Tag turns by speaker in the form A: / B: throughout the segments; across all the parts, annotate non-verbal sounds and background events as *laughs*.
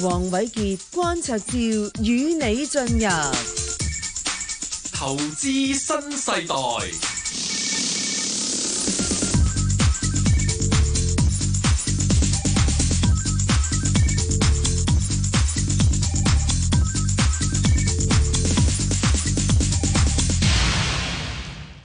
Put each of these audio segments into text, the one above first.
A: 黃偉傑關卓照與你進入
B: 投資新世代。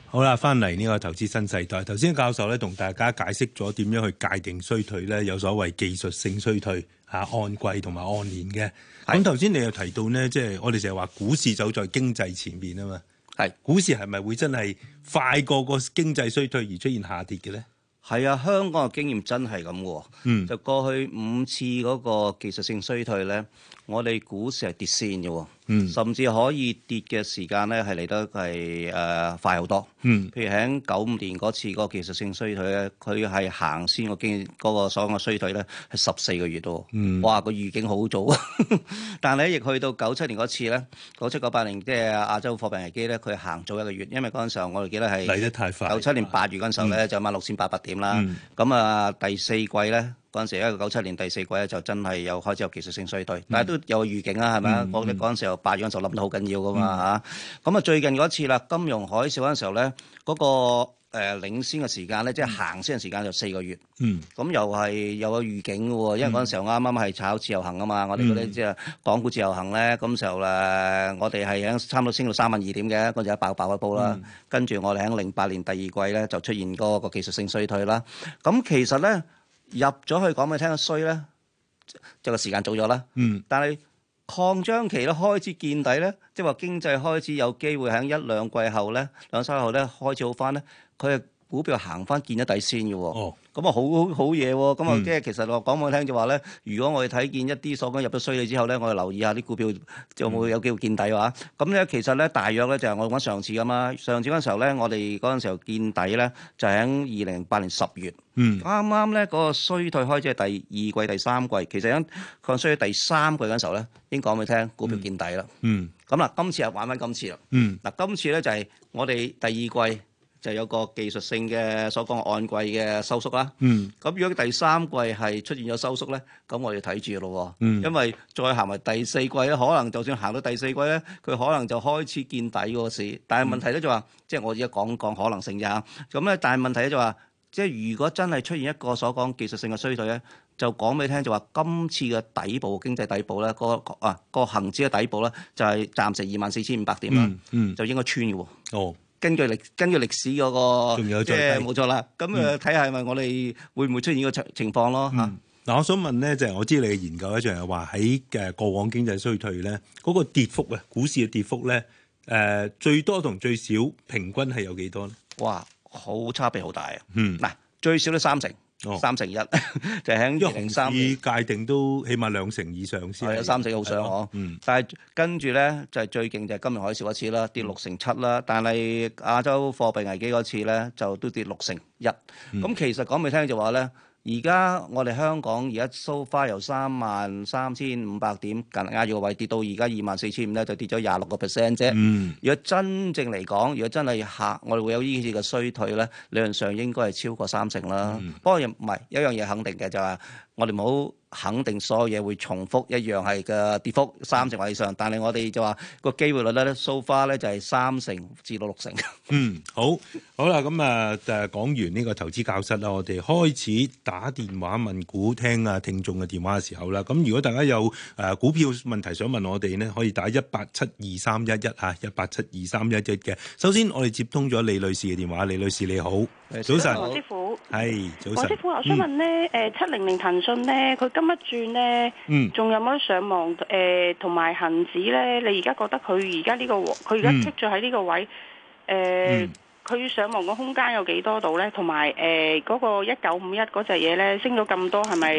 C: 好啦，翻嚟呢個投資新世代。頭先教授咧同大家解釋咗點樣去界定衰退咧，有所謂技術性衰退嚇、啊，按季同埋按年嘅。咁頭先你又提到呢，即係我哋成日話股市走在經濟前面啊嘛。
D: 係
C: 股市係咪會真係快過個經濟衰退而出現下跌嘅咧？
D: 係啊，香港嘅經驗真係咁嘅喎。
C: 嗯
D: 就過去五次嗰個技術性衰退咧，我哋股市係跌先嘅喎。
C: 嗯
D: 甚至可以跌嘅時間咧係嚟得係誒、呃快好多。
C: 嗯
D: 譬如喺九五年嗰次嗰個技術性衰退咧，佢係行先個經嗰個所謂嘅衰退咧係十四個月度，
C: 嗯
D: 哇個預警好早， *laughs* 但係咧亦去到九七年嗰次咧，九七九八年即係亞洲貨幣危機咧，佢行早一個月，因為嗰陣時候我哋記得
C: 嚟
D: 係
C: 得太快。
D: 九七年八月嗰陣時候咧就萬六千八百點啦
C: 嗯，
D: 咁啊第四季咧。嗰陣時，一九九七年第四季咧，就真係有開始有技術性衰退，但係都有預警啊，係咪啊？我哋嗰陣時候八月嗰陣時候諗得好緊要噶嘛嚇。咁啊，最近嗰次啦，金融海嘯嗰陣時候咧，嗰個誒領先嘅時間咧，即係行先嘅時間就四個月。
C: 嗯
D: 咁又係有個預警嘅喎，因為嗰陣時候啱啱係炒自由行啊嘛，我哋嗰啲即係港股自由行咧，咁時候誒，我哋係喺差唔多升到三萬二點嘅，嗰陣一爆爆一煲啦，跟住我哋喺零八年第二季咧就出現嗰個技術性衰退啦。咁其實咧入咗去講俾你聽，衰咧就個時間早咗啦，
C: 嗯
D: 但係。擴張期咧開始見底咧，即係話經濟開始有機會喺一兩季後咧、兩三季後咧開始好翻咧，佢嘅股票行翻見咗底先嘅喎。
C: 哦
D: 咁啊，好好好嘢喎！咁啊，
C: 嗯
D: 即係其實我講俾我聽就話咧，如果我哋睇見一啲所講入咗衰退之後咧，我哋留意下啲股票有冇
C: 嗯
D: 有機會見底話。咁咧其實咧，大約咧就係我講上次咁啦。上次嗰陣時候咧，我哋嗰陣時候見底咧，就喺二零八年十月，
C: 嗯
D: 啱啱咧嗰個衰退開始係第二季、第三季。其實喺抗衰退第三季嗰陣時候咧，已經講俾你聽，股票見底啦。
C: 嗯
D: 咁啦，今次係啊玩翻今次啦。
C: 嗯
D: 嗱，今次咧就係我哋第二季就有個技術性嘅所講嘅按季嘅收縮啦。
C: 嗯
D: 咁如果第三季係出現咗收縮咧，咁我哋睇住咯喎，
C: 嗯
D: 因為再行埋第四季咧，可能就算行到第四季咧，佢可能就開始見底嗰個市。
C: 嗯
D: 但係問題咧就話，即係我而家講講可能性咋，咁咧，但係問題咧就話，即係如果真係出現一個所講技術性嘅衰退咧，就講俾你聽就話，今次嘅底部經濟底部咧，嗰個啊個恆指嘅底部咧，就係暫時二萬四千五百點啦，
C: 嗯嗯
D: 就應該穿嘅喎。
C: 哦
D: 根據歷根據歷史嗰、個，
C: 仲有
D: 即
C: 再
D: 係
C: 低
D: 冇錯啦。咁誒睇下係咪我哋會唔會出現呢個情情況咯嚇？
C: 嗯嗱，我想問咧，就係、我知你嘅研究咧，就係話喺誒過往經濟衰退咧，嗰、個跌幅啊，股市嘅跌幅咧，誒、最多同最少平均係有幾多咧？
D: 哇，好差別好大啊！
C: 嗯，
D: 嗱，最少都三成
C: 哦，
D: 三成一 *laughs* 就喺
C: 因
D: 二
C: 為紅
D: 零三
C: 市
D: 年
C: 界定都起碼兩成以上先係，
D: 係有三成好上
C: 係
D: 哦。
C: 嗯
D: 但係跟住咧就係最勁就係金融海嘯嗰次啦，跌六成七啦。但係亞洲貨幣危機嗰次咧就都跌六成一。
C: 嗯
D: 咁其實講俾你聽就話咧。而家我哋香港而家 so far 由三萬三千五百點近壓住個位跌到而家二萬四千五咧，就跌咗廿六個 percent 啫。
C: 嗯
D: 如果真正嚟講，如果真係下我哋會有呢次嘅衰退咧，理論上應該係超過三成啦。不過又唔係有一樣嘢肯定嘅就係、我哋唔好肯定所有嘢會重複一樣係嘅跌幅三成或以上，但係我哋就話個機會率咧，so far 咧就係三成至到六成。
C: 嗯，好好啦，咁啊誒講完呢個投資教室啦，我哋開始打電話問股聽啊聽眾嘅電話嘅時候啦。咁如果大家有誒、呃股票問題想問我哋呢，可以打一八七二三一一嚇，一八七二三一一嘅。首先我哋接通咗李女士嘅電話，李女士你好，
D: 女
C: 早
D: 士
C: 晨
D: 你，好
E: 黃師傅，
C: 係早
E: 黃師
C: 晨，
E: 傅，我想問咧，誒七零零騰訊咧，佢今日轉咧，
C: 嗯
E: 仲有冇得上望？誒同埋恒指咧，你而家覺得佢而家呢個位佢而家
C: 嗯
E: 棘咗喺呢個位，Ờ, 誒
C: 嗯
E: 佢上望個空間有幾多度咧？同埋誒嗰個一九五一嗰只嘢咧，升咗咁多，係咪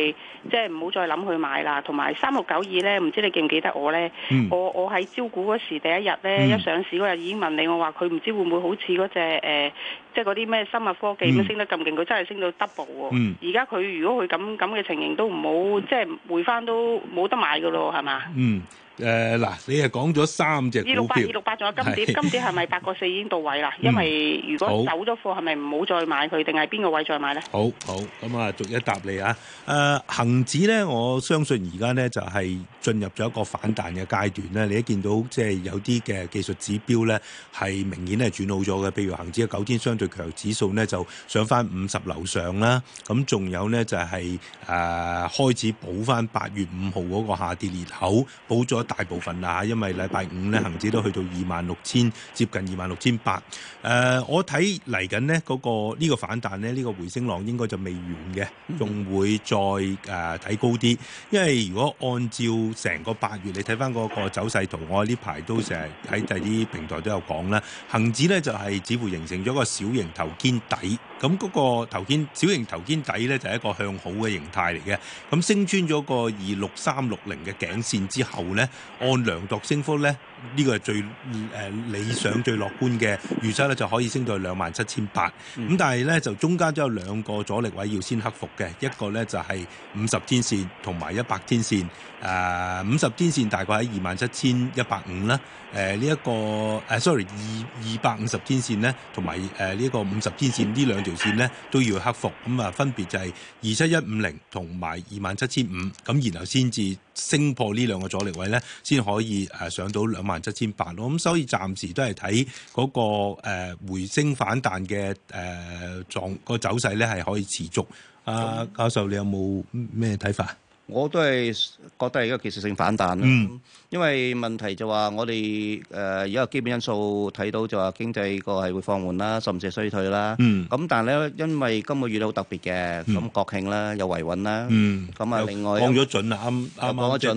E: 即係唔好再諗去買啦？同埋三六九二咧，唔知你記唔記得我咧？
C: 嗯
E: 我我喺招股嗰時第一日咧，
C: 嗯
E: 一上市嗰日已經問你，我話佢唔知會唔會好似嗰只誒，即係嗰啲咩生物科技
C: 嗯
E: 咁升得咁勁，佢真係升到 double
C: 嗯
E: 喎。而家佢如果佢咁咁嘅情形都唔好，即係回翻都冇得買噶咯，係嘛？
C: 嗯，誒嗱，你係講咗三隻
E: 哦二六
C: 股
E: 八二六
C: 票，
E: 八仲有金碟，
C: 係
E: 金碟係咪八個四已經到位啦？
C: 嗯
E: 因為如果
C: 好
E: 走咗貨，係咪唔好再買佢，定係邊個位再買呢？
C: 好好咁啊，逐一答你啊。誒、恒指咧，我相信而家咧就係、進入咗一個反彈嘅階段咧。你一見到即係有啲嘅技術指標咧係明顯係轉好咗嘅，譬如恒指嘅九天相對強指數咧就上翻五十樓上啦。咁仲有咧就係、誒、開始補翻八月五號嗰個下跌裂口，補咗大部分啦。因為禮拜五咧恒指都去到二萬六千，接近二萬六千八。誒、呃我睇嚟緊呢嗰、個呢、個反彈呢，呢、個回升浪應該就未完嘅，仲會再誒睇、高啲。因為如果按照成個八月，你睇翻嗰個走勢圖，我呢排都成日喺第啲平台都有講啦。恒指呢就係、似乎形成咗個小型頭肩底，咁嗰個頭肩小型頭肩底呢，就係、一個向好嘅形態嚟嘅。咁升穿咗個二六三六零嘅頸線之後呢，按量度升幅呢，呢、個係最誒、呃理想、最樂觀嘅預測呢，就可以升到兩萬七千八。咁但係呢，就中間都有兩個阻力位要先克服嘅，一個呢，就係五十天線同埋一百天線。誒五十天線大概喺二萬七千一百五啦。誒呢一個誒、s o r r y 二二百五十天線呢，同埋誒呢個五十天線呢兩條線呢，都要克服。咁、啊，分別就係二七一五零同埋二萬七千五，咁然後先至升破呢兩個阻力位呢，先可以誒上到兩萬七千八咯。咁所以暫時都係睇嗰個誒、回升反彈嘅誒狀個走勢呢，係可以持續。啊，教授你有冇咩睇法？
D: 我都係覺得係一個技術性反彈啦。
C: 嗯
D: 因為問題就話我哋誒而家個基本因素睇到就話經濟個係會放緩啦，甚至係衰退啦。
C: 嗯
D: 咁但係咧，因為今個月都好特別嘅，
C: 嗯
D: 咁國慶啦，有維穩啦，
C: 嗯，
D: 咁啊
C: 又
D: 另外
C: 降咗準啦，啱啱啱
D: 講得
C: 即係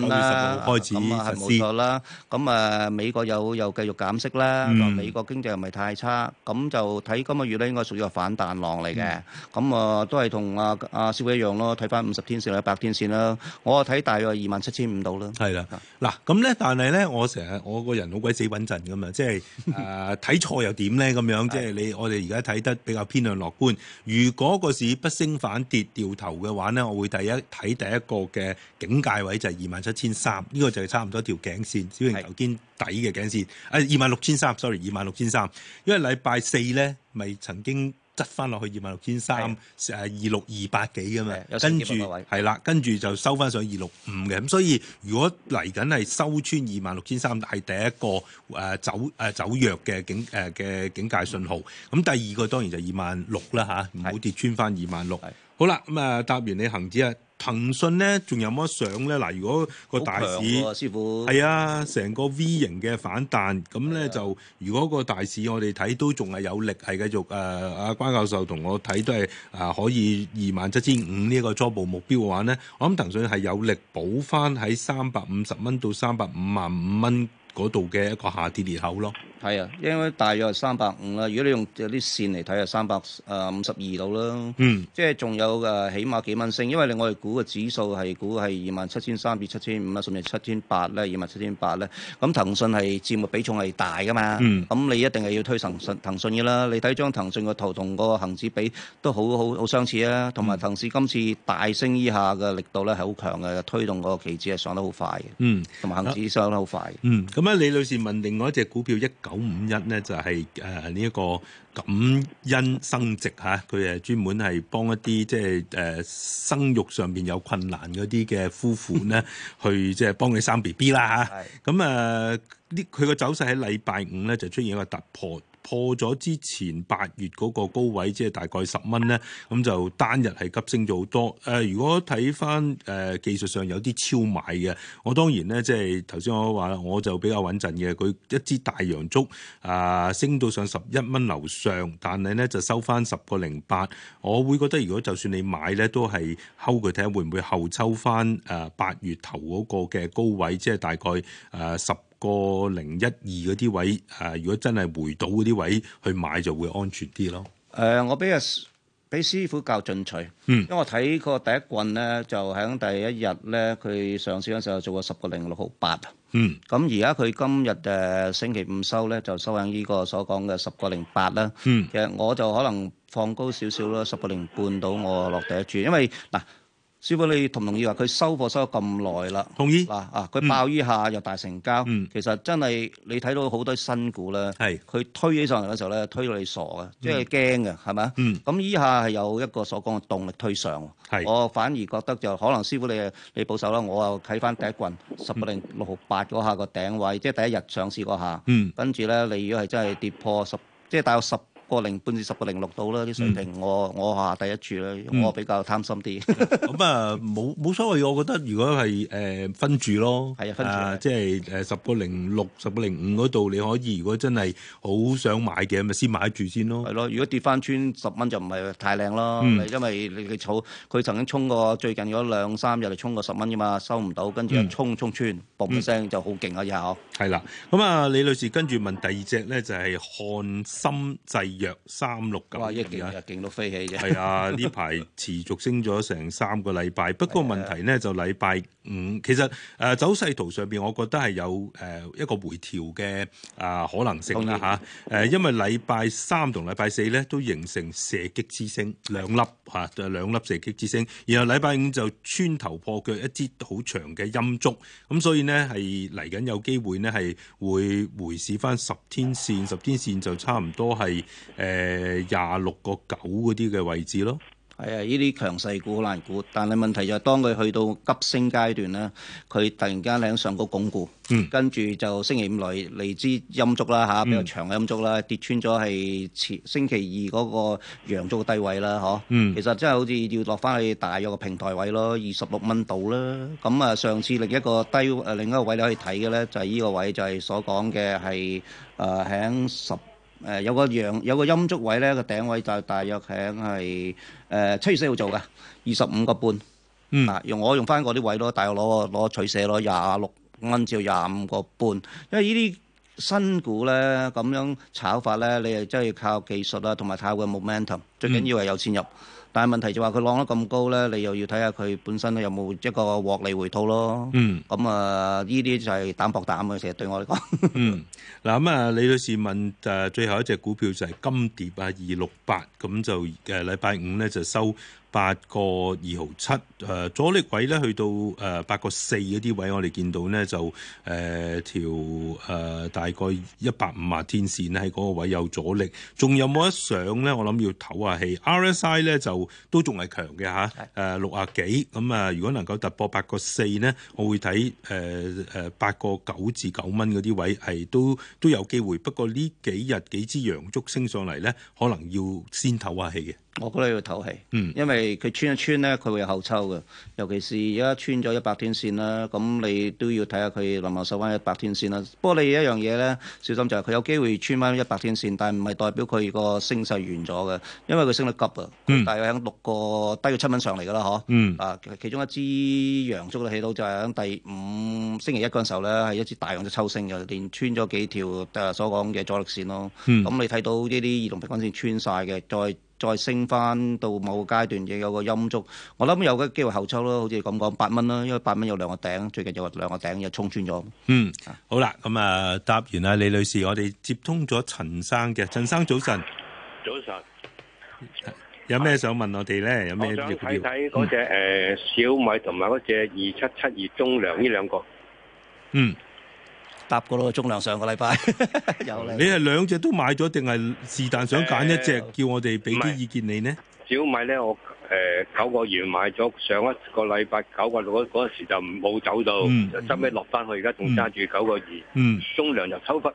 C: 九
D: 準
C: 月十六號
D: 啦，咁啊係
C: 開始
D: 冇錯
C: 實施。
D: 啦。咁啊美國有又繼續減息啦，
C: 嗯
D: 咁啊美國經濟又唔係太差，咁就睇今個月咧應該屬於個反彈浪嚟
C: 嗯
D: 嘅。咁啊都係同阿阿師傅一樣咯，睇翻五十天線啦、一百天線啦，我啊睇大約二萬七千五度啦。
C: 係啦，嗱咁咧，但係咧，我成日我個人好鬼死穩陣噶嘛，即
D: *laughs*
C: 係誒睇錯又點咧咁樣，即係你我哋而家睇得比較偏向樂觀。如果個市不升反跌掉頭嘅話咧，我會第一睇第一個嘅警戒位就係二萬七千三，呢個就係差唔多條頸線，小型頭肩底嘅頸線，啊誒二萬六千三，sorry，二萬六千三，因為禮拜四咧咪曾經。執翻落去二萬六千三，誒二六二八幾噶嘛
D: 啊係，有成
C: 跟
D: 幾
C: 住
D: 百啊個位
C: 係啦，跟住就收翻上二六五嘅，咁所以如果嚟緊係收穿二萬六千三，係第一個誒、呃走誒、呃走弱嘅警誒嘅、警戒信號。咁第二個當然就二萬六啦吓，唔好
D: 係
C: 跌穿翻二萬六
D: 係。
C: 好啦，咁啊答完你恒指啊，騰訊咧仲有冇得上咧？嗱，如果個大
D: 好強
C: 市
D: 喎師傅
C: 係啊，成個 V 型嘅反彈，咁
D: 係
C: 咧
D: 啊
C: 就如果個大市我哋睇都仲係有力，係繼續誒，阿、關教授同我睇都係啊、可以二萬七千五呢個初步目標嘅話咧，我諗騰訊係有力補翻喺三百五十蚊到三百五萬五蚊嗰度嘅一個下跌裂口咯。
D: 係啊，因為大約係三百五啦。如果你用有啲線嚟睇，係三百誒啊五十二度啦。
C: 嗯，
D: 即係仲有誒，起碼幾蚊升，因為我哋估嘅指數係估係二萬七千三至七千五啊，甚至七千八咧，二萬七千八咧。咁騰訊係佔嘅比重係大噶嘛，咁、
C: 嗯
D: 你一定係要推騰訊騰訊嘅啦。你睇張騰訊個圖同個恒指比都好好好相似啊，同埋騰訊今次大升以下嘅力度咧係好強嘅，推動個期指係上得好快嘅，
C: 嗯。
D: 同埋恒指上得好快嘅。
C: 嗯，咁啊，李女士問另外一隻股票一九五一咧，就係誒呢一個感恩生殖嚇，佢誒專門係幫一啲即係誒生育上邊有困難嗰啲嘅夫婦咧，去即係幫佢生 B B 啦嚇。
D: 係
C: 咁啊，呢佢個走勢喺禮拜五咧就出現一個突破。破咗之前八月嗰個高位，即係大概十蚊咧，咁就單日係急升咗好多。誒、呃如果睇翻誒技術上有啲超買嘅，我當然咧，即係頭先我話啦，我就比較穩陣嘅。佢一支大陽燭啊、升到上十一蚊樓上，但係咧就收翻十個零八。我會覺得如果就算你買咧，都係睺佢睇下會唔會後抽翻誒八月頭嗰個嘅高位，即係大概誒十。個零一二嗰啲位，誒、如果真係回到嗰啲位去買就會安全啲咯。
D: 誒、呃我俾阿 s- 俾師傅教進取，
C: 嗯
D: 因為我睇個第一棍咧，就喺第一日咧，佢上市嗰陣時候做過十個零六毫八啊。
C: 嗯
D: 咁而家佢今日誒、呃星期五收咧，就收喺呢個所講嘅十個零八啦。
C: 嗯
D: 其實我就可能放高少少啦，十個零半到我落第一注，因為嗱。師傅你同唔同意話佢收貨收咗咁耐啦？
C: 同意
D: 嗱啊，佢
C: 嗯
D: 爆於下又大成交，
C: 嗯
D: 其實真係你睇到好多新股咧，
C: 係
D: 佢推起上嚟嘅時候咧，推到你傻嘅，即係驚嘅，係咪啊？
C: 嗯
D: 咁依下係有一個所講嘅動力推上喎，
C: 係
D: 我反而覺得就可能師傅你你保守啦，我又睇翻第一棍
C: 嗯
D: 十個零六號八嗰下個頂位，即係第一日上市嗰下，
C: 嗯
D: 跟住咧你如果係真係跌破十，即係大約十。個零半至十個零六度啦，啲水
C: 嗯
D: 平我我下第一注啦，我比較貪心
C: *laughs*
D: 啲。
C: 咁啊，冇冇所謂，我覺得如果係誒、呃分住咯，
D: 係啊分住係
C: 即係誒十個零六、十個零五嗰度，你可以如果真係好想買嘅，咪先買住先咯
D: 係。咯，如果跌翻穿十蚊就唔係太靚咯，
C: 嗯
D: 你因為你嘅儲佢曾經衝過最近嗰兩三日嚟衝過十蚊啫嘛，收唔到，跟住
C: 嗯
D: 一衝衝穿，嘣一聲就好勁啊！一下哦
C: 係啦，咁啊，李女士跟住問第二隻咧就係漢森製藥三六九
D: 哇！一啊勁就勁到飛起啫。
C: 係啊，
D: *laughs*
C: 呢排持續升咗成三個禮
D: 啊
C: 拜，不過問題呢，就禮拜五，其實誒、呃走勢圖上邊，我覺得係有誒、呃一個回調嘅啊可能性啦
D: 同意
C: 嚇。誒、呃因為禮拜三同禮拜四呢，都形成射擊之星兩粒嚇，就、兩粒射擊之星，然後禮拜五就穿頭破腳一支好長嘅陰燭，咁所以呢，係嚟緊有機會呢，係會回試翻十天線，十天線就差唔多係誒廿六個九嗰啲嘅位置咯。
D: 係啊，呢啲強勢股好難估，但係問題就係當佢去到急升階段咧，佢突然間喺上高鞏固，
C: 嗯
D: 跟住就星期五嚟嚟支陰燭啦嚇，比較長嘅陰燭啦，跌穿咗係前星期二嗰個陽燭嘅低位啦，嗬、
C: 嗯
D: 其實真係好似要落翻去大約個平台位咯，二十六蚊度啦。咁啊，上次另一個低誒另一個位你可以睇嘅咧，就係、呢個位就係所講嘅係誒喺十。誒、呃有個陽有個陰燭位咧，個頂位就大約喺係誒七月四號做嘅，二十五個半。
C: 嗯
D: 啊，用我用翻嗰啲位咯，大約攞攞取捨咯，廿六蚊至到廿五個半，因為呢啲。新股咧咁樣炒法咧，你係真係靠技術啦，同埋靠個 momentum，最緊要係有錢
C: 嗯
D: 入。但係問題就話佢浪得咁高咧，你又要睇下佢本身有冇一個獲利回吐咯。
C: 嗯
D: 咁啊，呢啲就係膽薄膽嘅，其實對我嚟講。
C: 嗯，嗱咁啊，李女士問誒、呃最後一隻股票就係金蝶啊，二六八，咁就誒禮拜五咧就收八個二毫七，呃誒阻力位咧去到誒八個四嗰啲位，我哋見到咧就誒、呃、條誒、呃大概一百五啊天線咧喺嗰個位有阻力，仲有冇得上咧？我諗要唞下氣。RSI 咧就都仲係強嘅嚇，誒六啊幾咁啊，如果能夠突破八個四咧，我會睇誒誒八個九至九蚊嗰啲位係都都有機會。不過呢幾日幾支陽燭升上嚟咧，可能要先唞下氣嘅。
D: 我覺得要唞氣，
C: 嗯
D: 因為佢穿一穿咧，佢會有後抽嘅。尤其是而家穿咗一百天線啦，咁你都要睇下佢能唔能守翻一百天線啦。不過你一樣嘢咧，小心就係佢有機會穿翻一百天線，但係唔係代表佢個升勢完咗嘅，因為佢升得急啊，
C: 嗯
D: 佢大約喺六個低過七蚊上嚟㗎啦，嗬。
C: 嗯
D: 啊，其其中一支陽燭咧起到就係喺第五星期一嗰陣時候咧，係一支大陽燭抽升嘅，連穿咗幾條誒所講嘅阻力線咯。
C: 嗯
D: 咁你睇到呢啲移動平均線穿晒嘅，再再升翻到某個階段，亦有個陰燭。我諗有個機會後抽咯，好似咁講八蚊啦，因為八蚊有兩個頂，最近有兩個頂又衝穿咗。
C: 嗯，好啦，咁啊答完啦，李女士，我哋接通咗陳生嘅，陳生早晨，
F: 早晨，
C: 有咩想問我哋咧？有
F: 我
C: 咩
F: 想
C: 股
F: 睇
C: 票？
F: 睇嗰
C: 嗯
F: 只誒小米同埋嗰只二七七二中糧呢兩個，
C: 嗯，
D: 搭過咯，中量上個禮拜 *laughs* 有啦
C: 你。係兩隻都買咗，定係是但想揀一隻，
F: 誒
C: 叫我哋俾
F: 唔
C: 啲
F: 係
C: 意見你呢？
F: 小米咧我誒九個月買咗，上一個禮拜九個六嗰嗰時就冇走到，
C: 嗯
F: 就執尾落翻去，而家仲揸住九個二，
C: 嗯。
F: 中糧就收翻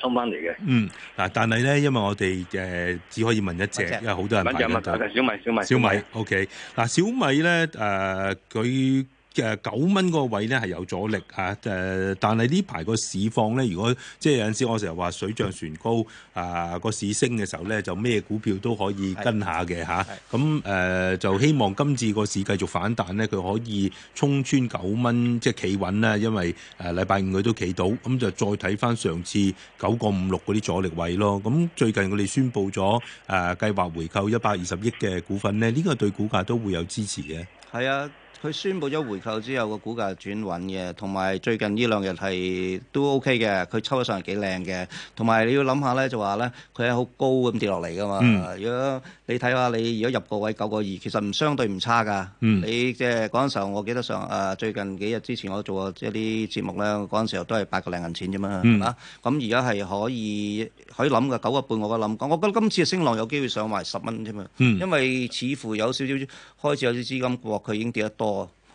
F: 收翻嚟嘅。
C: 嗯，嗱，但係咧，因為我哋誒、呃只可以問一隻，
D: 一隻
C: 因為好多人排
F: 問就
C: 緊
F: 問
C: 隊。
F: 啊小米小米
C: 小米，OK，嗱，小米咧誒，佢嘅九蚊嗰個位咧係有阻力啊誒、但係呢排個市況咧，如果即係有陣時我成日話水漲船高啊，個市升嘅時候咧，就咩股票都可以跟下嘅吓，咁誒、就希望今次個市繼續反彈咧，佢可以衝穿九蚊，即係企穩啦。因為誒禮拜五佢都企到，咁就再睇翻上次九個五六嗰啲阻力位咯。咁最近我哋宣布咗誒、啊計劃回購一百二十億嘅股份咧，呢、個對股價都會有支持嘅。
D: 係啊，佢宣布咗回購之後，個股價轉穩嘅，同埋最近呢兩日係都 OK 嘅，佢抽咗上嚟幾靚嘅，同埋你要諗下咧，就話咧佢係好高咁跌落嚟噶嘛。
C: 嗯
D: 如果你你睇下你如果入個位九個二，其實唔相對唔差㗎。
C: 嗯
D: 你即係嗰陣時候，我記得上誒、呃最近幾日之前我做過一啲節目咧，嗰陣時候都係八個零銀錢啫嘛，係
C: 嗯
D: 嘛、咁而家係可以可以諗嘅九個半，我覺得諗。我覺得今次嘅升浪有機會上埋十蚊啫嘛，
C: 嗯
D: 因為似乎有少少開始有啲資金搏佢已經跌得多。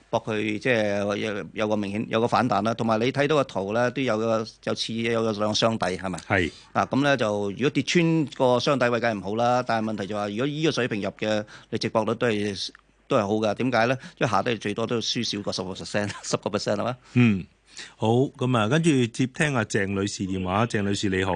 D: 搏佢即係有有個明顯有個反彈啦，同埋你睇到個圖咧都有個有似有個兩個雙底係咪？
C: 係
D: 嗱，啊咁咧就如果跌穿個雙底位梗係唔好啦，但係問題就話如果依個水平入嘅，你直播率都係都係好㗎。點解咧？因為下低最多都輸少過十個 percent，十啊 *laughs* 個 percent 係嘛？
C: 嗯好咁啊，跟住接聽阿鄭女士電話。鄭女士你好，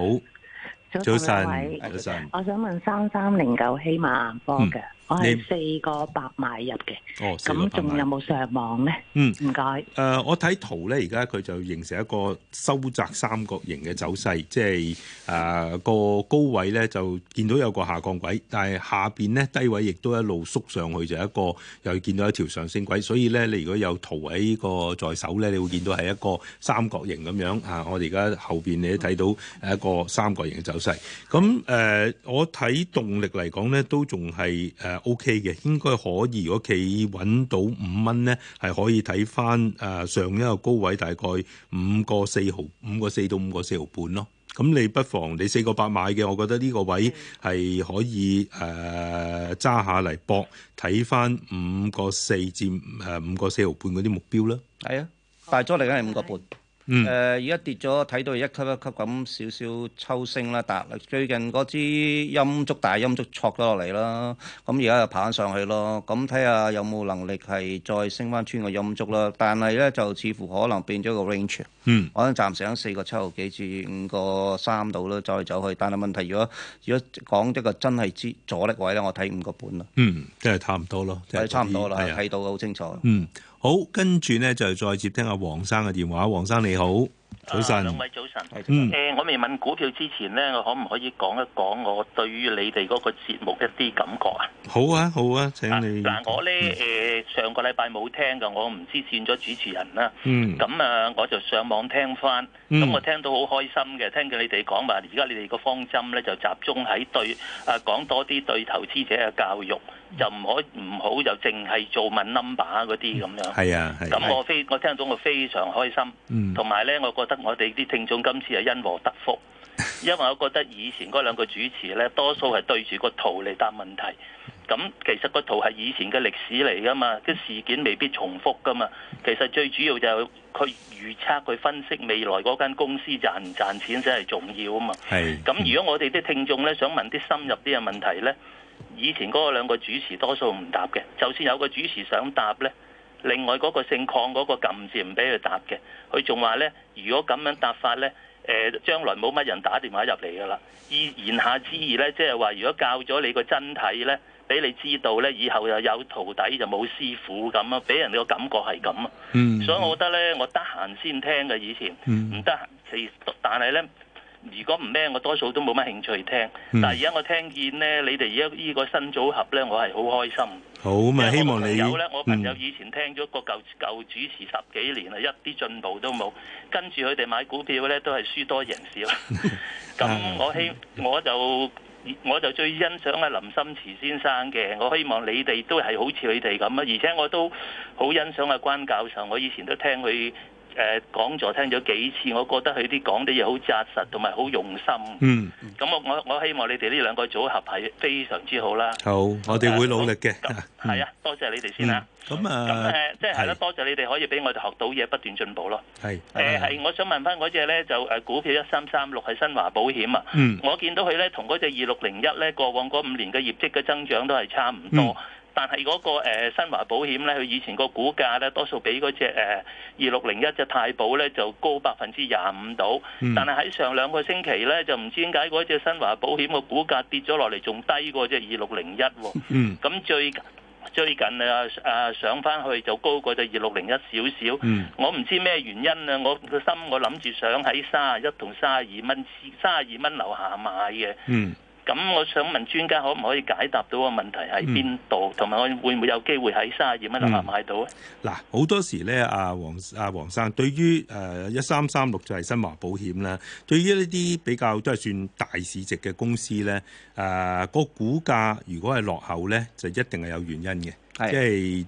G: 早
C: 早
G: 晨兩
C: 晨，
G: 位，
C: 早晨。
G: 我想問三三零九希瑪波嘅，我係四個八買入嘅，
C: 哦，四個
G: 咁
C: 八
G: 仲有
C: 萬。
G: 冇上網咧？
C: 嗯。
G: 唔該。
C: 誒、我睇圖咧，而家佢就形成一個收窄三角形嘅走勢，即係誒、呃個高位咧就見到有個下降軌，但係下邊咧低位亦都一路縮上去，就一個又見到一條上升軌，所以咧你如果有圖喺個在手咧，你會見到係一個三角形咁樣啊！我哋而家後邊你都睇到係一個三角形嘅走勢。咁誒、呃我睇動力嚟講咧，都仲係誒 O K 嘅，應該可以。如果企穩到五蚊咧，係可以睇翻誒上一個高位大概五個四毫、五個四到五個四毫半咯。咁你不妨你四個八買嘅，我覺得呢個位係可以誒揸、下嚟搏，睇翻五個四至呃誒五個四毫半嗰啲目標啦。
D: 係啊，大咗嚟緊係五個半。誒
C: 嗯
D: 而家跌咗，睇到一級一級咁少少抽升啦，但最近嗰支陰燭大陰燭挫咗落嚟啦，咁而家又爬返上去咯，咁睇下有冇能力係再升翻穿個陰燭啦，但係咧就似乎可能變咗個 range。啊
C: 嗯。
D: 我諗暫時喺四個七毫幾至五個三度啦，走嚟走去。但係問題，如果如果講一個真係支阻力位咧，我睇五個半啦，
C: 嗯，即係差唔多咯，即
D: 係差唔多啦，
C: 係啊
D: 睇到好清楚。
C: 嗯，好，跟住咧就再接聽阿黃生嘅電話。黃生你好，早
H: 啊
C: 晨。
H: 兩位早晨。
D: 係
C: 嗯
H: 誒、我未問股票之前咧，我可唔可以講一講我對於你哋嗰個節目一啲感覺啊？
C: 好啊，好啊，請
H: 啊
C: 你。嗯
H: 嗱、我咧誒、上個禮拜冇聽㗎，我唔知轉咗主持人啦。
C: 嗯，
H: 咁啊，我就上網聽翻，咁、
C: 嗯
H: 我聽到好開心嘅，聽見你哋講話，而家你哋個方針咧就集中喺對啊講多啲對投資者嘅教育，
C: 嗯
H: 就唔可唔好就淨係做問 number 啊嗰啲咁樣。
C: 係啊，係啊。
H: 咁我非我聽到我非常開心。
C: 嗯
H: 同埋咧，我覺得我哋啲聽眾今次係因禍得福，因為我覺得以前嗰兩個主持咧，多數係對住個圖嚟答問題。咁其實個圖係以前嘅歷史嚟噶嘛，啲事件未必重複噶嘛。其實最主要就係佢預測佢分析未來嗰間公司賺唔賺錢先係重要啊嘛。
C: 係。
H: 咁如果我哋啲聽眾咧想問啲深入啲嘅問題咧，以前嗰兩個主持多數唔答嘅，就算有個主持想答咧，另外嗰個姓邝嗰個撳字唔俾佢答嘅，佢仲話咧，如果咁樣答法咧。誒將來冇乜人打電話入嚟㗎啦，意言下之意咧，即係話如果教咗你個真體咧，俾你知道咧，以後又有徒弟就冇師傅咁啊，俾人哋個感覺係咁啊。
C: 嗯，
H: 所以我覺得咧，我得閒先聽嘅以前，
C: 嗯
H: 唔得閒其但係咧，如果唔咩，我多數都冇乜興趣聽。
C: 嗯
H: 但係而家我聽見咧，你哋而家呢個新組合咧，我係好開心。
C: 好咁啊，希望你
H: 因為我朋友咧，我朋友
C: 嗯
H: 以前聽咗個舊舊主持十幾年啦，啊一啲進步都冇，跟住佢哋買股票咧都係輸多贏
C: *laughs*
H: 少。
C: 啊
H: 咁我希我就。我就最欣賞阿林心慈先生嘅，我希望你哋都係好似佢哋咁啊！而且我都好欣賞阿關教授，我以前都聽佢誒、呃、講座聽咗幾次，我覺得佢啲講啲嘢好扎實同埋好用
C: *laughs*
H: 心。
C: 嗯，
H: 咁我我我希望你哋呢兩個組合係非常之好啦。
C: 好，我哋會努力嘅。 *laughs*
H: 咁係啊，多謝你哋先啦。
C: 嗯。咁
H: 咁
C: 啊，
H: 誒，即係係啦，
C: 係
H: 多謝你哋可以俾我哋學到嘢，不斷進步咯。
C: 係。
H: 誒係，我想問翻嗰只咧就誒股票一三三六係新華保險啊。
C: 嗯
H: 我見到佢咧同嗰只二六零一咧過往嗰五年嘅業績嘅增長都係差唔
C: 嗯
H: 多。但係嗰、個、呃、新華保險咧，佢以前個股價咧，多數比嗰只誒二六零一隻太保咧就高百分之廿五到。
C: 嗯
H: 但係喺上兩個星期咧，就唔知點解嗰只新華保險個股價跌咗落嚟，仲低過只二六零一喎。
C: 嗯
H: 咁最最近啊啊上翻去就高過只二六零一少少。
C: 嗯
H: 我唔知咩原因啊！我個心我諗住想喺三十一同三十二蚊之三十二蚊樓下買嘅，
C: 嗯
H: 咁我想問專家可唔可以解答到個問題喺邊度，同埋我會唔會有機會喺三十二蚊樓下買到咧？
C: 嗱，好多時咧，阿黃阿黃生對於誒一三三六就係新華保險啦，對於呢啲比較都係算大市值嘅公司咧，誒、個股價如果係落後咧，就一定係有原因嘅。
D: 係
C: 即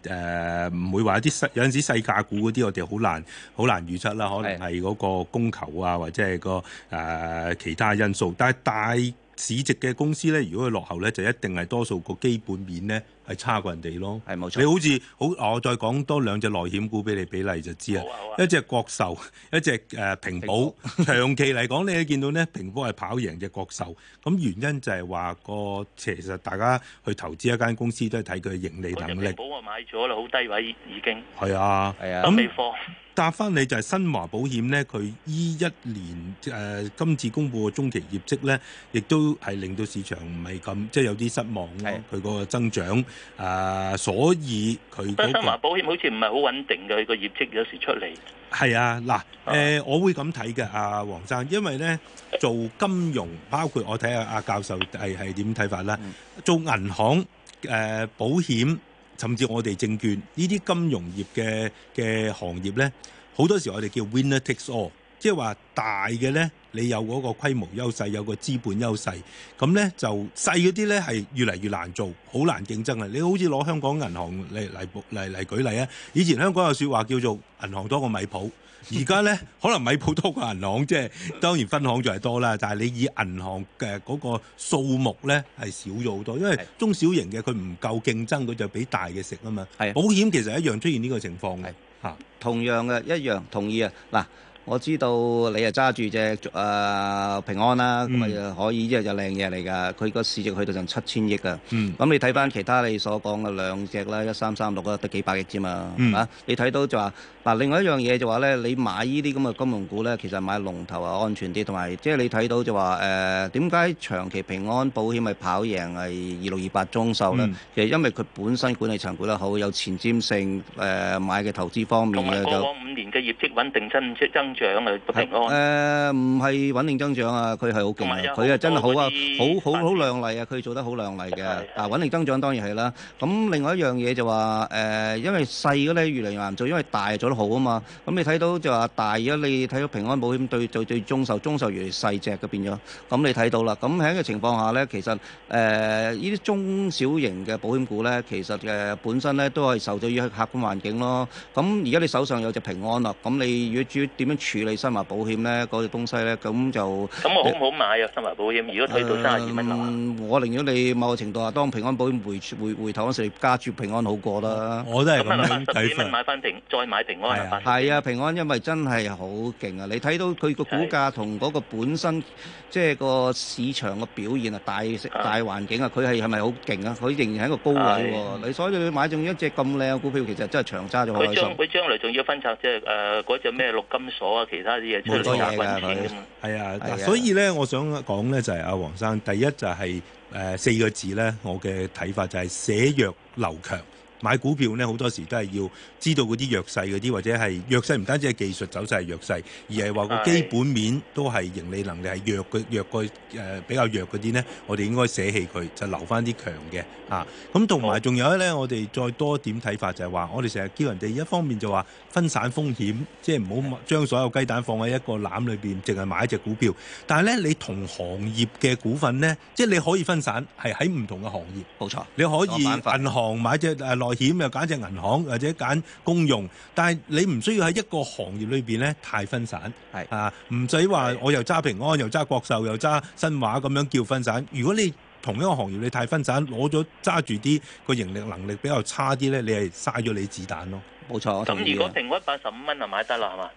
C: 係誒唔會話一啲細有陣時細價股嗰啲，我哋好難好難預測啦，可能係嗰個供求啊，或者係個誒、呃其他因素。但係大市值嘅公司咧，如果佢落後咧，就一定係多數個基本面咧係差過人哋咯。
D: 係冇
C: 你
D: 錯，
C: 好似好，我再講多兩隻內險股俾你比例就知啦
H: 好。啊好啊
C: 一隻國壽， *laughs* 一隻誒、呃平保。 *laughs* 長期嚟講，你見到咧平保係跑贏只國壽。咁原因就係話個其實大家去投資一間公司都係睇佢嘅盈利
H: 嗰只
C: 能
H: 平
C: 力。
H: 保我買咗啦，好低位已經
C: 係啊。
D: 係啊
H: 收，尾
C: 咁
H: 貨。
C: 答翻你就係新華保險咧，佢依一年誒、呃今次公布嘅中期業績咧，亦都係令到市場唔係咁即係有啲失望咯
D: 係。
C: 佢個增長啊、呃所以佢
H: 不
C: 嗰、
H: 過新
C: 個
H: 華。保險好似唔係好穩定嘅，佢個業績有時出嚟。
C: 係啊，嗱，誒、我會咁睇嘅，阿、黃生，因為咧做金融，包括我睇下阿教授係係點睇法啦。做銀行、誒、保險，甚至我哋證券呢啲金融業嘅嘅行業咧，好多時我哋叫 winner takes all，即係話大嘅咧，你有嗰個規模優勢，有個資本優勢，咁咧就細嗰啲咧係越嚟越難做，好難競爭啊！你好似攞香港銀行嚟嚟嚟嚟舉例啊！以前香港有説話叫做銀行多過米
D: *laughs*
C: 鋪，而家咧可能米鋪多過銀行，即係當然分行就係多啦。但係你以銀行嘅嗰個數目咧係少咗好多，因為
D: 係
C: 中小型嘅佢唔夠競爭，佢就俾大嘅食啊嘛。
D: 係啊
C: 保險其實一樣出現呢個情況嘅
D: 係
C: 嚇，
D: 同樣嘅一樣同意啊！嗱，我知道你係揸住只誒平安啦，咁啊、
C: 嗯
D: 可以即係就靚嘢嚟㗎，佢個市值去到成七千億啊㗎。
C: 嗯
D: 咁你睇翻其他你所講嘅兩隻啦，一三三六啊啦，得幾百億啫嘛，
C: 嗯
D: 係嘛？你睇到就話嗱，另外一樣嘢就話咧，你買呢啲咁嘅金融股咧，其實買龍頭啊安全啲，同埋即係你睇到就話誒點解長期平安保險係跑贏係二六二八中壽咧？
C: 嗯
D: 其實因為佢本身管理層管得好，有前瞻性，誒、買嘅投資方面
H: 同埋
D: 嘅
H: 過
D: 就。
H: 往五年嘅業績穩定增增長啊，平安。
D: 誒唔係穩定增長啊，佢係好勁
H: 同
D: 啊
H: 埋有，
D: 佢啊真係好啊
H: 好多嗰，啲
D: 好好好亮麗啊，佢做得好亮麗嘅
H: 係。
D: 啊穩定增長當然係啦。咁另外一樣嘢就話誒、因為細嘅咧越嚟越難做，因為大做得好啊嘛。咁你睇到就話大而家你睇到平安保險對對對中壽，中壽越嚟越細只嘅變咗。咁你睇到啦。咁喺一個情況下咧，其實誒呃呢啲中小型嘅保險股咧，其實誒、呃本身咧都係受制於客觀環境咯。咁而家你手上有隻平安啦，咁你如果主要點樣處理新華保險咧嗰隻東西咧，咁就
H: 咁我好唔好買啊？新華保險如果推到三十二蚊樓啊下，
D: 嗯呃我寧願你某個程度下，當平安保險回回回頭嗰時，你加注平安好過啦。
C: 我都係
H: 咁
C: 咁
H: 啊
C: 樣
H: 十
C: 睇
H: 幾蚊
C: 法。
H: 買翻平，再買平安啊，
D: 係啊，平安因為真係好勁啊！你睇到佢個股價同嗰個本身即係個市場嘅表現啊，大大環境啊，佢係係咪好勁啊？佢仍然喺一個高位喎。你所以你買中一隻咁靚嘅股票，其實真係長揸咗好
H: 佢
D: 開
H: 將
D: 心。
H: 佢將來仲要分拆即係誒嗰只咩陸金所啊，其他啲嘢出
D: 冇多
H: 嚟
D: 嘢㗎
H: 賺錢㗎嘛。
C: 係啊，
D: 係啊
C: 嗱，所以咧，我想講咧就係阿黃生，第一就係、誒四個字咧，我嘅睇法就係捨弱留強。買股票咧好多時都係要知道嗰啲弱勢嗰啲，或者係弱勢唔單止係技術走勢係弱勢，而係話個
H: 係
C: 基本面都係盈利能力係弱嘅弱過誒、呃比較弱嗰啲咧，我哋應該捨棄佢，就留翻啲強嘅啊。咁同埋
H: 好
C: 仲有咧，我哋再多一點睇法就係話，我哋成日叫人哋一方面就話分散風險，即係唔好將所有雞蛋放喺一個籃裏邊，淨係買一隻股票。但係咧，你同行業嘅股份咧，即係你可以分散，係喺唔同嘅行業。
D: 冇錯。
C: 你可以
D: 個板塊
C: 銀行買隻誒內險，又揀隻銀行或者揀公用，但係你唔需要喺一個行業裏邊咧太分散，
D: 係
C: 啊，唔使話
H: 係
C: 我又揸平安，又揸國壽，又揸新華咁樣叫分散。如果你同一個行業你太分散，攞咗揸住啲個盈利能力比較差啲咧，你係嘥咗你子彈咯。
D: 冇錯，我同
H: 咁
D: 意
H: 如果
C: 嗯
D: 啊。
H: 平均八十五蚊就買得啦，係嘛？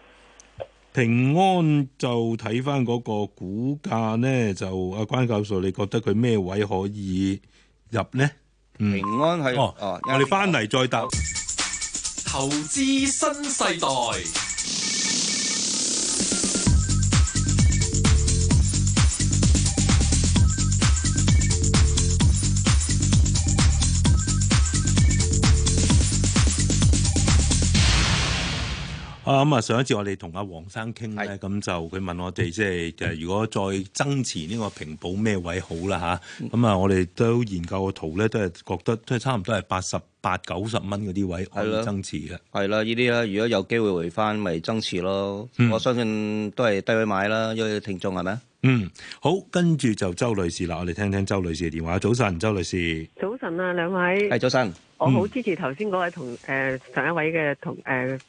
C: 平安就睇翻嗰個股價咧，就阿關教授，你覺得佢咩位可以入呢？
D: 平安係
C: 哦，我哋翻嚟再答。
B: 投資新世代，
C: 好啦, ừm, đầu tiên thì, tôi muốn nói về cái cổ phiếu này. Cổ phiếu này, tôi thấy nó có một cái sự thay đổi rất là lớn. Cổ phiếu này, tôi thấy nó có một cái sự thay đổi rất là lớn. Cổ phiếu này, tôi thấy nó có một cái sự thay đổi rất là lớn. Cổ phiếu này, tôi thấy nó có một cái sự thay đổi rất là lớn. Cổ phiếu này, tôi thấy nó có một cái sự thay đổi rất là lớn. Cổ phiếu này, tôi thấy nó có một cái sự thay đổi rất là lớn. Cổ phiếu này, tôi thấy nó có một cái sự thay đổi rất là lớn. Cổ phiếu này, tôi thấy nó có một cái sự thay đổi rất là lớn. Cổ phiếu này, tôi thấy nó có một cái sự thay đổi rất là lớn. Cổ phiếu này, tôi thấy nó có một cái sự thay đổi rất là lớn. Cổ phiếu này, tôi thấy nó có một cái sự thay đổi rất là lớn. Cổ phiếu này, tôi thấy nó có một cái sự thay đổi rất là lớn. Cổ phiếu này, tôi thấy nó có một cái sự thay đổi rất là lớn. Cổ phiếu này, tôi thấy nó có một cái sự thay đổi rất là lớn. Cổ phiếu này, tôi thấy nó có một cái sự thay đổi rất là lớn. Cổ phiếu này, tôi thấy nó có một cái sự thay đổi rất là lớn. Cổ phiếu này, tôi thấy nó có một cái sự thay đổi rất là lớn. Cổ phiếu này, tôi thấy nó có một cái sự thay đổi rất là lớn. Cổ phiếu này, tôi thấy nó có một cái sự thay đổi rất là lớn 啊咁啊！上一次我哋同阿黃生傾咧，
D: 係
C: 咁就佢問我哋即係誒，如果再增持呢個平保咩位好啦吓，咁啊，我哋都研究個圖咧，都係覺得都係差唔多係八十八九十蚊嗰啲位可
D: 係
C: 以
D: 咯
C: 增持嘅。
D: 係啦，呢啲啦，如果有機會回翻，咪增持咯。
C: 嗯
D: 我相信都係低位買啦，因為聽眾係咪啊？
C: 嗯，好，跟住就周女士啦，我哋聽聽周女士嘅電話。早晨，周女士，
I: 早晨啊，兩位
D: 係，早晨，
I: 我好支持頭先嗰位同誒、呃上一位嘅同誒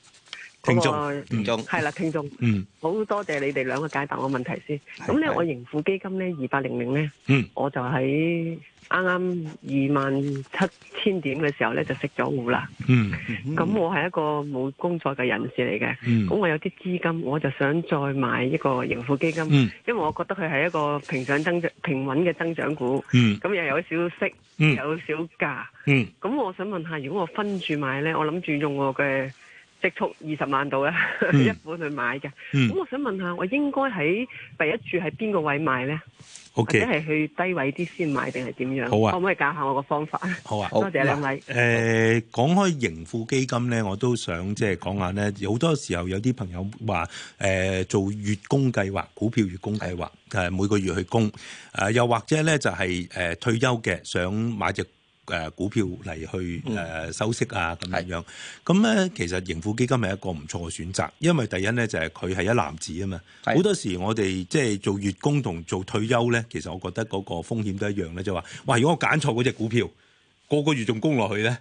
C: 聽眾
I: 嗰個
D: 聽眾
I: 係啦，聽眾
C: 嗯
I: 好多謝你哋兩個解答我問題先。
D: 係
I: 咁咧，
D: 係
I: 我盈富基金咧二八零零咧，
C: 嗯
I: 我就喺啱啱二萬七千點嘅時候咧就食咗糊啦。
C: 嗯
I: 咁、我係一個冇工作嘅人士嚟嘅，
C: 嗯
I: 咁我有啲資金，我就想再買一個盈富基金，
C: 嗯
I: 因為我覺得佢係一個平上增長、平穩嘅增長股，
C: 嗯
I: 咁又有少息，
C: 嗯
I: 有少價。
C: 嗯
I: 咁我想問下，如果我分住買呢，我諗住用我嘅積蓄二十萬到啦，
C: 嗯
I: *laughs* 一本去買嘅。咁
C: 嗯
I: 我想問下，我應該喺第一注係邊個位買呢？或者
C: ，OK，
I: 係去低位啲先買定係點樣？
C: 好啊
I: 可唔可以教下我個方法？
C: 好啊。
D: 好
I: 多謝兩位。
C: 誒、講開盈富基金咧，我都想即係講下咧，好多時候有啲朋友話誒、做月供計劃，股票月供計劃，誒、每個月去供，誒、又或者咧就係、誒退休嘅想買只。誒呃股票嚟去
D: 嗯
C: 誒、收息啊咁樣樣，咁咧其實盈富基金係一個唔錯嘅選擇，因為第一咧就係佢係一籃子啊嘛，
D: 係
C: 好多時我哋即係做月供同做退休咧，其實我覺得嗰個風險都一樣咧，就話、哇，如果我揀錯嗰只股票。個個月仲供落去
D: *laughs*
C: 咧，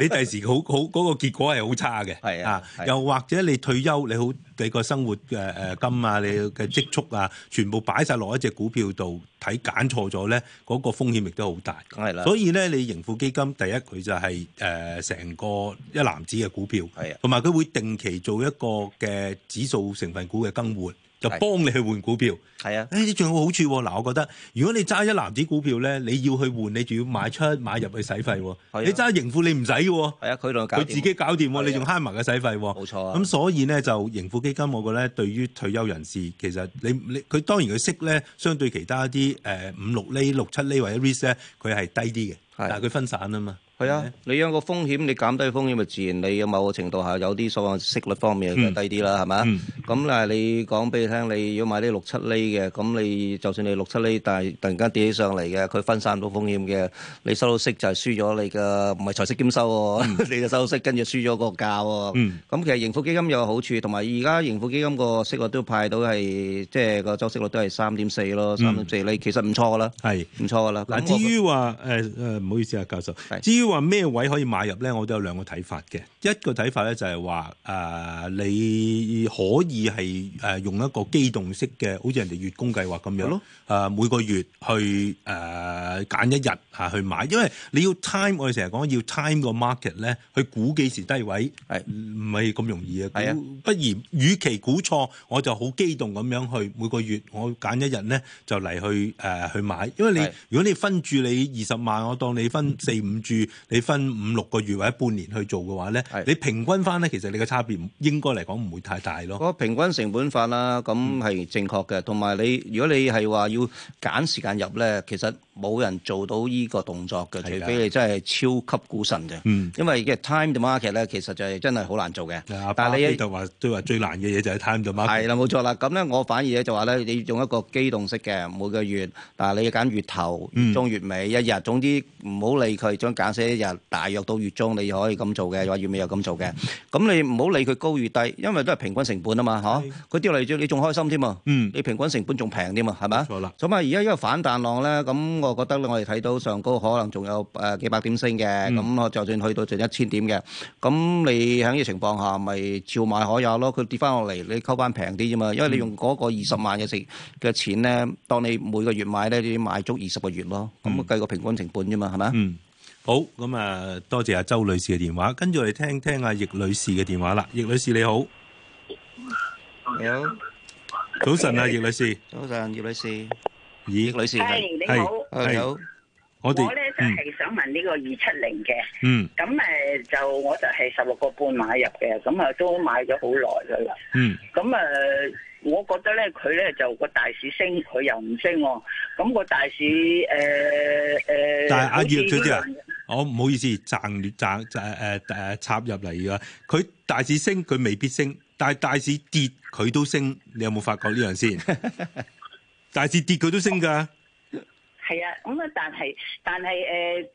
C: 你第時好好嗰、個結果係好差嘅。
D: 係啊係
C: 又或者你退休，你好你個生活嘅誒金啊，你嘅積蓄啊，全部擺晒落一隻股票度，睇揀錯咗咧，嗰、個風險亦都好大。
D: 梗係啦，
C: 所以咧，你盈富基金第一佢就係誒成個一籃子嘅股票，
D: 係啊
C: 同埋佢會定期做一個嘅指數成分股嘅更換，就
D: 係
C: 幫你去換股票。
D: 係啊，
C: 呢啲仲有好處喎！嗱，我覺得如果你揸一籃子股票咧，你要去換，你仲要買出買入去使費喎。
D: 係啊
C: 你揸盈富你唔使嘅喎，
D: 係啊，佢同佢搞掂
C: 佢自己搞掂
D: 係
C: 喎，
D: 啊
C: 你仲慳埋個使費喎。
D: 冇錯啊。
C: 咁所以咧就盈富基金，我覺得對於退休人士，其實你你佢當然佢息咧，相對其他啲誒五六厘、六七厘或者 risk 咧，佢係低啲嘅，
D: 係
C: 但係佢分散啊嘛。
D: 係啊，你有個風險，你減低風險，咪自然你有某個程度下有啲所謂息率方面
C: 嗯
D: 嘅低啲啦，係嘛
C: 嗯？
D: 咁嗱，你講俾你聽，你如果買啲六七厘嘅，咁你就算你六七厘，但係突然間跌起上嚟嘅，佢分散唔到風險嘅，你收到息就係輸咗你嘅，唔係財息兼收喎，你就收息跟住輸咗個價喎。
C: 嗯
D: 咁其實盈富基金有好處，同埋而家盈富基金個息率都派到係，即係個周息率都係三點四咯，三點四厘，其實唔錯噶啦，
C: 係。
D: 唔錯噶啦。
C: 嗱，
D: 咁我
C: 至於話誒誒，唔好意思啊，教授。
D: 係
C: 至於話咩位可以買入咧，我都有兩個睇法嘅。一個睇法咧就係話誒，你可以係誒用一個機動式嘅，好似人哋月供計劃咁樣
D: 係咯。
C: 誒、每個月去誒揀、一日嚇去買，因為你要 time，我哋成日講要 time 個 market 咧，去估幾時低位，
D: 係
C: 唔係咁容易嘅。
D: 係啊
C: 估不如與其估錯，我就好激動咁樣去每個月我揀一日咧就嚟去誒、去買，因為你
D: 係
C: 如果你分住你二十萬，我當你
D: 嗯
C: 分四五注，你分五六個月或者半年去做嘅話咧
D: 係，
C: 你平均翻咧，其實你嘅差別唔應該嚟講唔會太大咯。
D: 嗰個平均成本法啦，咁
C: 嗯
D: 係正確嘅。同埋你，如果你係話要揀時間入咧，其實冇人做到呢個動作嘅，
C: 係㗎
D: 除非你真係超級股神嘅。
C: 嗯啊
D: 因為嘅 time to market 咧，其實就係真係好難做嘅。
C: 阿
D: 但
C: 巴
D: 係
C: 菲
D: 你
C: 特話都話最難嘅嘢就係 time 咗 market
D: 係啦，冇錯啦。咁咧，我反而咧就話咧，你用一個機動式嘅每個月，但係你揀月頭、
C: 嗯
D: 月中、月尾一日，總之唔好理佢，將揀死一日，大約到月中你可以咁做
C: 嗯
D: 嘅，或者月尾又咁做嘅。咁你唔好理佢高與低，因為都係平均成本啊嘛，
C: 係
D: 嚇。佢跌落嚟咗，你仲開心添啊！
C: 嗯
D: 你平均成本仲平添啊，係咪
C: 冇錯啦
D: 咁啊，而家因為反彈浪咧，咁我覺得咧，我哋睇到上高可能仲有誒幾百點升嘅，咁、我就算去到盡一千點嘅，咁你喺呢個情況下，咪照買可有咯。佢跌翻落嚟，你溝翻平啲啫嘛，因為你用嗰個二十萬嘅成嘅錢咧，當你每個月買咧，你要買足二十個月咯，咁計個平均成本啫嘛，係咪？啊
C: 嗯，好，咁啊，多謝阿周女士嘅電話，跟住我哋聽聽阿易女士嘅電話啦。易女士你好，
D: 係啊，
C: 早晨啊，易女士，
D: 早晨，葉女士，葉
C: 咦，
D: 女士係，
G: 你好，
D: 係你好，
C: 我哋
G: 我咧就
C: 嗯
G: 係想問呢個二七零嘅，
C: 嗯
G: 咁誒就我就係十六個半買入嘅，咁啊都買咗好耐噶啦。
C: 嗯
G: 咁誒、呃我覺得咧，佢咧就個大市升，佢又唔升喎、咁、個大市誒誒，呃
C: 但係阿
G: 好似
C: 葉小姐啊
G: 呢樣
C: 我唔好意思，賺賺誒誒誒插入嚟㗎。佢大市升，佢未必升，但係大市跌佢都升，你有冇發覺呢樣先？大市跌佢都升㗎。
G: 係啊，咁啊，但係但係誒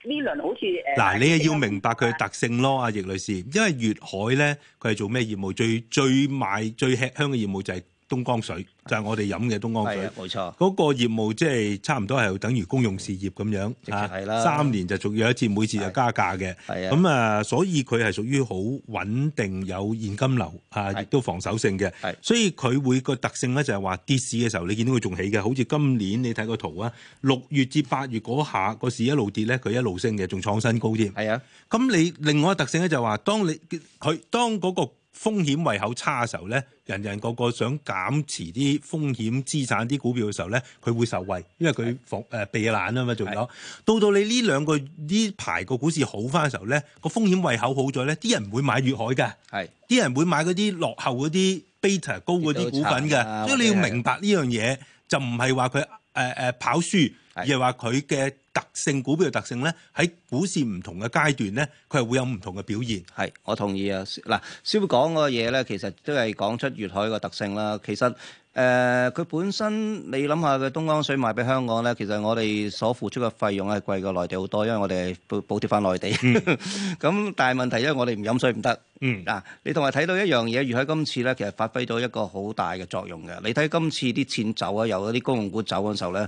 G: 呢輪好似呃誒
C: 嗱，你係要明白佢嘅特性咯，阿易女士，因為粵海咧，佢係做咩業務？最最賣最吃香嘅業務就係東江水，就係、我哋飲嘅東江
D: 係
C: 水
D: 啊。，冇錯。
C: 嗰個業務即係差唔多係等於公用事業咁樣啊
D: 直情係啦
C: 三年就續約一次，每次就加價嘅。
D: 係啊
C: 咁啊，所以佢係屬於好穩定有現金流啊，
D: 係
C: 亦都防守性嘅
D: 係。
C: 所以佢會個特性咧就係話跌市嘅時候，你見到佢仲起嘅，好似今年你睇個圖啊，六月至八月嗰下個市一路跌咧，佢一路升嘅，仲創新高添。
D: 係啊，
C: 咁你另外一個特性咧就係話，當你佢當嗰個風險胃口差嘅時候咧，人人個個想減持啲風險資產啲股票嘅時候咧，佢會受惠，因為佢防誒避難啊嘛，仲有到到你呢兩個呢排個股市好翻嘅時候咧，個風險胃口好咗咧，啲人唔會買粵海㗎。
D: 係
C: 啲人會買嗰啲落後嗰啲 beta 高嗰啲股份
D: 跌到殘啊
C: 嘅，所以你要
D: 或者係
C: 明白呢樣嘢，就唔係話佢誒誒跑輸，而係話佢嘅特性股票嘅特性咧，喺股市唔同嘅階段咧，佢係會有唔同嘅表現。
D: 係，我同意啊。嗱，師傅講嗰個嘢咧，其實都係講出粵海個特性啦。其實誒，呃佢、本身你諗下嘅東江水賣俾香港咧，其實我哋所付出嘅費用係貴過內地好多，因為我哋係補補貼翻內地。咁、但係問題因為我哋唔飲水唔得。
C: 嗯
D: 嗱，你同埋睇到一樣嘢，粵海今次咧，其實發揮到一個好大嘅作用嘅。你睇今次啲錢走啊，由嗰啲公用股走嗰陣時候咧，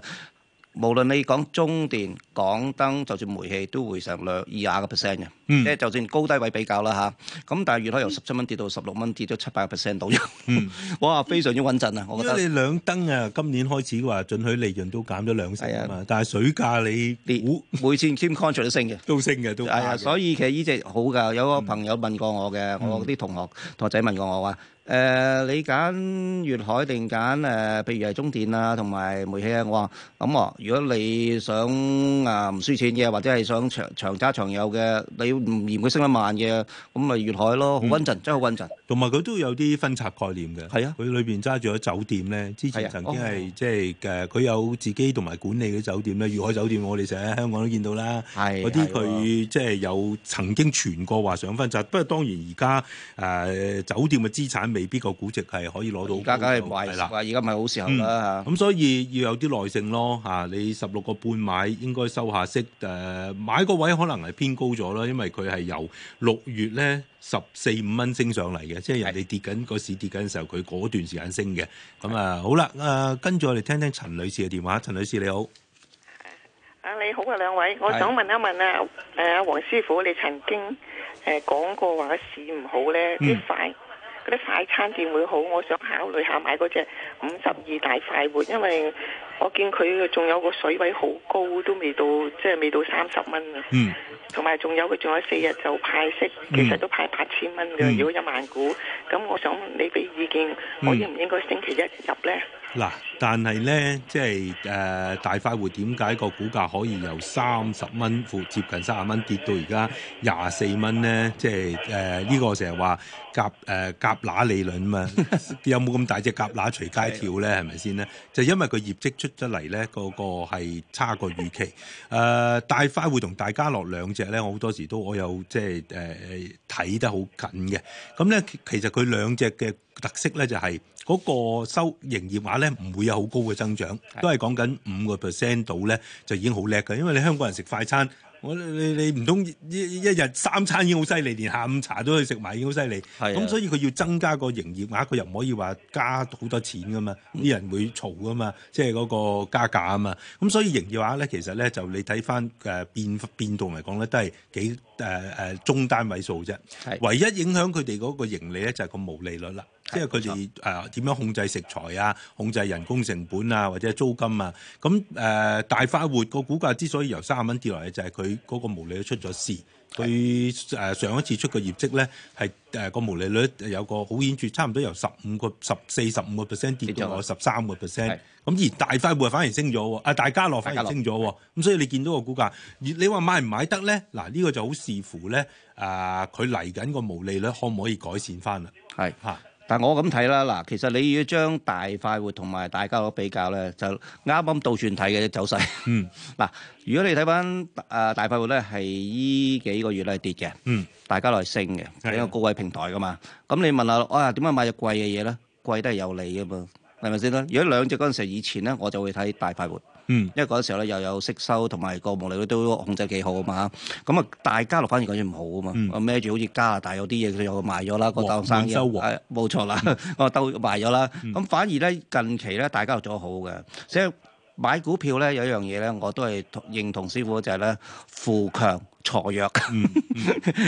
D: 無論你講中電、港燈，就算煤氣都會成兩二廿個 percent 嘅，
C: 嗯
D: 即係就算高低位比較啦吓，咁但係粵海由十七蚊跌到十六蚊，跌咗七百個 percent 到， *laughs* 哇，非常之穩陣啊！我
C: 因
D: 覺得
C: 為你兩燈啊，今年開始話準許利潤都減咗兩成啊嘛，但係水價你
D: 連
C: 股
D: 每次 Kim contract 都升嘅。
C: 都升嘅都
D: 係啊，
C: 加嘅。
D: 所以其實呢只好㗎。有個朋友問過我嘅，我啲同學同學仔問過我話：誒、你揀粵海定揀誒，譬如係中電啊，同埋煤氣啊？我話咁啊，如果你想啊唔輸錢嘅，或者係想長長揸長有嘅，你唔嫌佢升得慢嘅，咁咪粵海咯，好穩陣，真係好穩陣。
C: 同埋佢都有啲分拆概念嘅，
D: 係啊
C: 佢裏邊揸住咗酒店咧，之
D: 係
C: 前
D: 啊
C: 曾經係
D: 哦
C: 即係誒，佢有自己同埋管理嘅酒店咧，粵海酒店我哋成日喺香港都見到啦，
D: 係
C: 嗰啲
D: 係喎
C: 佢即係有曾經傳過話想分拆，不過當然而家誒酒店嘅資產未必個估值係可以攞到
D: 而家梗係
C: 高
D: 唔
C: 度
D: 係
C: 係
D: 話，
C: 啦。
D: 而家咪好時候
C: 嗯
D: 啦嚇。
C: 咁所以要有啲耐性咯嚇、你十六個半買應該收下息，誒、呃買個位可能係偏高咗啦，因為佢係由六月咧十四五蚊升上嚟嘅，即係人哋跌緊個市跌緊嘅時候，佢嗰段時間升嘅。咁啊好啦，誒、跟住我哋聽聽陳女士嘅電話，陳女士你好。
J: 啊，你好啊，兩位，我
D: 係
J: 想問一問啊，誒、啊，黃師傅，你曾經誒講、過話個市唔好咧，啲、
C: 嗯
J: 快嗰啲快餐店會好，我想考慮下買嗰只五十二大快活，因為我見佢仲有個水位好高，都未到，即係未到三十蚊啊，
C: 嗯
J: 同埋仲有佢仲有四日就派息，
C: 嗯
J: 其實都派八千蚊嘅，
C: 嗯
J: 如果一萬股，咁我想你俾意見，
C: 嗯
J: 我應唔應該星期一入咧？
C: 嗱，但係咧，即係誒、呃大快活點解個股價可以由三十蚊附接近三十蚊跌到而家廿四蚊咧？即係誒呢個成日話夾誒夾乸理論啊嘛，有冇咁大隻夾乸隨街跳咧？係咪先咧？就因為佢業績出咗嚟咧，個個係差過預期。誒、呃大快活同大家樂兩隻咧，我好多時都我有即係誒睇得好緊嘅。咁咧，其其實佢兩隻嘅特色咧就係、嗰個收營業額咧唔會有好高嘅增長，都係講緊五個 percent 到咧就已經好叻嘅，因為你香港人食快餐。我你你唔通一一一日三餐已經好犀利，連下午茶都去食埋已經好犀利。
D: 係啊
C: 咁所以佢要增加個營業額，佢又唔可以話加好多錢噶嘛，
D: 嗯
C: 啲人會嘈噶嘛，即係嗰個加價啊嘛。咁所以營業額咧，其實咧就你睇翻誒變變動嚟講咧，都係幾誒誒中單位數啫。
D: 係
C: 唯一影響佢哋嗰個盈利咧，就係個毛利率啦。即係佢哋誒點樣控制食材啊、控制人工成本啊，或者租金啊。咁誒、呃大快活個股價之所以由三十蚊跌落嚟，就係佢嗰個毛利率出咗事。佢誒上一次出個業績咧，係誒個毛利率有個好顯著，差唔多由十五個十四十五個 percent 跌到落十三個 percent
D: 係。
C: 咁而大快活反而升咗喎，啊大家樂反而升咗喎，咁所以你見到個股價，而你話買唔買得咧？嗱，呢個就好視乎咧，啊佢嚟緊個毛利率可唔可以改善翻啦？
D: 係。
C: *laughs* 嚇，
D: 但我咁睇啦，嗱，其實你要將大快活同埋大家樂比較咧，就啱啱倒轉睇嘅走勢。
C: 嗯，
D: *laughs* 嗱，如果你睇翻誒大快活咧，係依幾個月咧係跌嘅，
C: 嗯，
D: 大家樂係升嘅，
C: 係啊
D: 係一個高位平台噶嘛。咁你問下，啊點解買只貴嘅嘢咧？貴都係有利噶嘛，係咪先啦？如果兩隻嗰陣時以前咧，我就會睇大快活。
C: 嗯
D: 因為嗰陣時候咧又有息收同埋個毛利率都控制幾好啊嘛，咁啊大家樂反而嗰陣時唔好啊
C: 嗯
D: 嘛，我孭住好似加拿大有啲嘢佢又賣咗啦，個
C: 黃
D: 檔生意
C: 滿洲黃
D: 係冇錯啦，
C: 嗯
D: *laughs* 我兜賣咗啦，咁反而咧近期咧大家樂做得好嘅，所以買股票咧有一樣嘢咧我都係同認同師傅就係咧富強挫弱。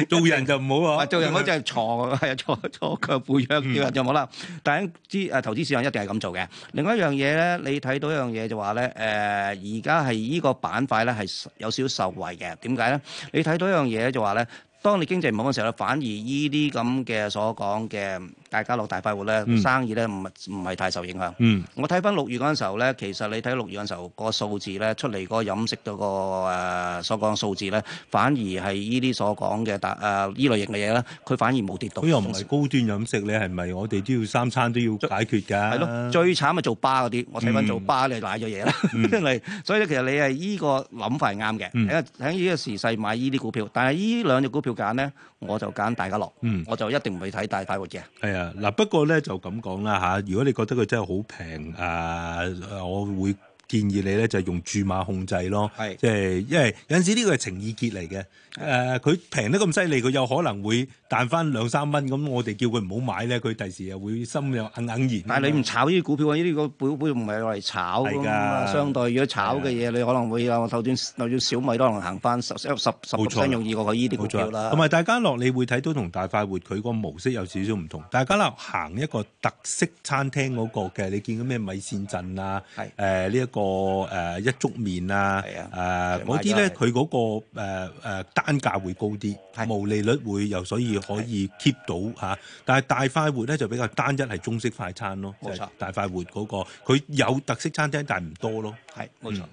C: 做人就唔好
D: 話
C: 啊，
D: 做人嗰隻係錯，係啊 *laughs* 錯錯腳背約叫人就冇啦。但係資誒投資市場一定係咁做嘅。另外一樣嘢咧，你睇到一樣嘢就話咧誒，而家係呢個板塊咧係有少少受惠嘅。點解咧？你睇到一樣嘢就話咧。當你經濟唔好嘅時候咧，反而依啲咁嘅所講嘅大家樂大快活咧，
C: 嗯
D: 生意咧唔係唔係太受影響。
C: 嗯
D: 我睇翻六月嗰陣時候咧，其實你睇六月嗰陣時候個數字咧出嚟個飲食嗰個誒、呃所講數字咧，反而係呢啲所講嘅大誒依類型嘅嘢咧，佢反而冇跌到。
C: 佢又唔係高端飲食，你係咪我哋都要三餐都要解決㗎？
D: 係咯，最慘咪做巴嗰啲，我睇翻做
C: 啊嗯
D: 巴你賴咗嘢啦， *laughs* 因為所以咧其實你係依個諗法係啱嘅，
C: 嗯
D: 喺喺呢個時勢買依啲股票，但係依兩隻股票揀咧，我就揀大家樂，
C: 嗯
D: 我就一定唔會睇大快活嘅。
C: 係啊，嗱不過咧就咁講啦嚇，如果你覺得佢真係好平啊，我會建議你咧就用注碼控制咯，
D: 係
C: 即係因為有陣時呢個係情意結嚟嘅，誒佢平得咁犀利，佢有可能會彈翻兩三蚊，咁我哋叫佢唔好買咧，佢第時又會心又硬硬然。
D: 但係你唔炒呢啲股票啊，呢啲個股票唔係攞嚟炒㗎嘛
C: 係㗎
D: 相對如果炒嘅嘢，你可能會有就算就算小米都可能行翻十十十十
C: 冇
D: p
C: 錯
D: 容易過佢呢啲股
C: 冇錯
D: 票
C: 啊
D: 啦。
C: 同埋大家樂，你會睇到同大快活佢個模式有少少唔同。大家樂行一個特色餐廳嗰個嘅，你見到咩米線陣啊，誒
D: 係
C: 呢一個誒、呃一粥麵啊
D: 係啊，
C: 誒
D: 成
C: 嗰
D: 晚
C: 啲
D: 都
C: 咧，
D: 係
C: 佢嗰、個誒、呃呃、單價會高啲，
D: 係
C: 毛利率會又所以可以 keep 到嚇、啊但係大快活咧就比較單一係中式快餐咯，
D: 冇錯
C: 就係大快活嗰、個佢有特色餐廳，但係唔多咯。
D: 係冇錯
C: 嗯。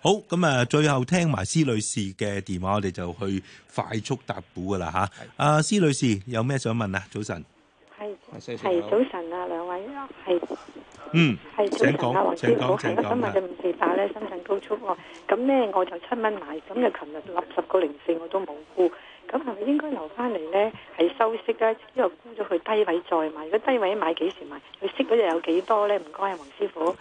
C: 好，咁啊，最後聽埋施女士嘅電話，我哋就去快速答股噶啦吓，阿、施女士有咩想問啊？早晨，
K: 係
D: 係
K: 係早晨啊，兩位係
C: 嗯，
K: 係
C: 請
K: 早晨啊，黃師
C: 講，請
K: 傅
C: 講，請
K: 係我想問
C: 講
K: 隻。五四八咧，深圳高速喎、咁咧我就七蚊買，咁就琴日立十個零四我都冇沽，咁係咪應該留翻嚟咧？係收息咧，之後沽咗佢低位再買，如果低位買幾時買？佢息嗰日有幾多咧？唔該啊，黃師傅。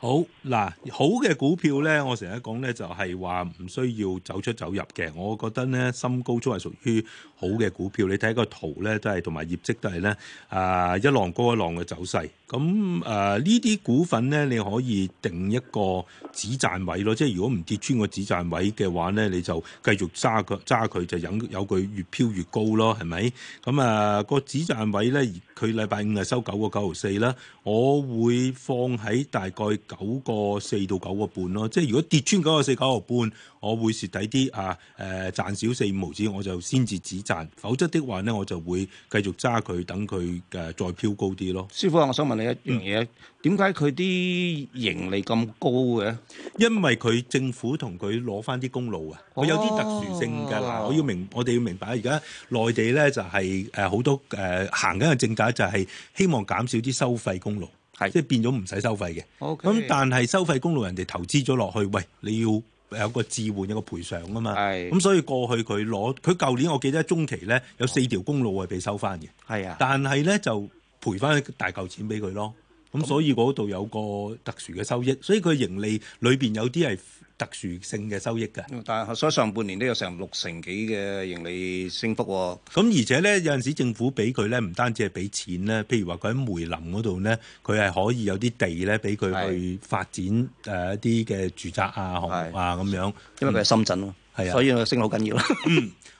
C: 好嗱，好嘅股票咧，我成日講咧就係話唔需要走出走入嘅。我覺得咧，深高速係屬於好嘅股票。你睇個圖咧，都係同埋業績都係咧啊一浪高一浪嘅走勢。咁啊呢啲股份咧，你可以定一個止賺位咯。即係如果唔跌穿個止賺位嘅話咧，你就繼續揸佢揸佢，就引有佢越飄越高咯，係咪？咁啊個止賺位咧，呃佢禮拜五係收九個九毫四啦。我會放喺大概九個四到九個半咯，即係如果跌穿九個四九個半，我會蝕底啲啊！誒、賺少四五毫子，我就先至止賺，否則的話呢，我就會繼續揸佢，等佢誒、呃再飄高啲咯。
D: 師傅啊，我想問你一樣嘢，點解佢啲盈利咁高嘅？
C: 因為佢政府同佢攞翻啲公路啊，佢有啲特殊性㗎啦。
D: 哦
C: 我要明，我哋要明白，而家內地咧就係誒好多誒、呃行緊嘅政策就係希望減少啲收費公路，
D: 係
C: 即係變咗唔使收費嘅。
D: OK
C: 咁但係收費公路人哋投資咗落去，喂，你要有個置換有個賠償啊嘛。
D: 係
C: 咁所以過去佢攞佢舊年我記得中期咧有四條公路係被收翻嘅，
D: 係哦啊，
C: 但係咧就賠翻大嚿錢俾佢咯。咁所以嗰度有個特殊嘅收益，所以佢盈利裏邊有啲係特殊性嘅收益嘅。
D: 但係所以上半年都有成六成幾嘅盈利升幅喎。
C: 咁而且咧，有陣時政府俾佢咧，唔單止係俾錢咧，譬如話佢喺梅林嗰度咧，佢係可以有啲地咧俾佢去發展誒一啲嘅住宅啊、項目啊咁樣。
D: 因為佢係深圳咯，
C: 係啊
D: 所以佢升得好緊要啦。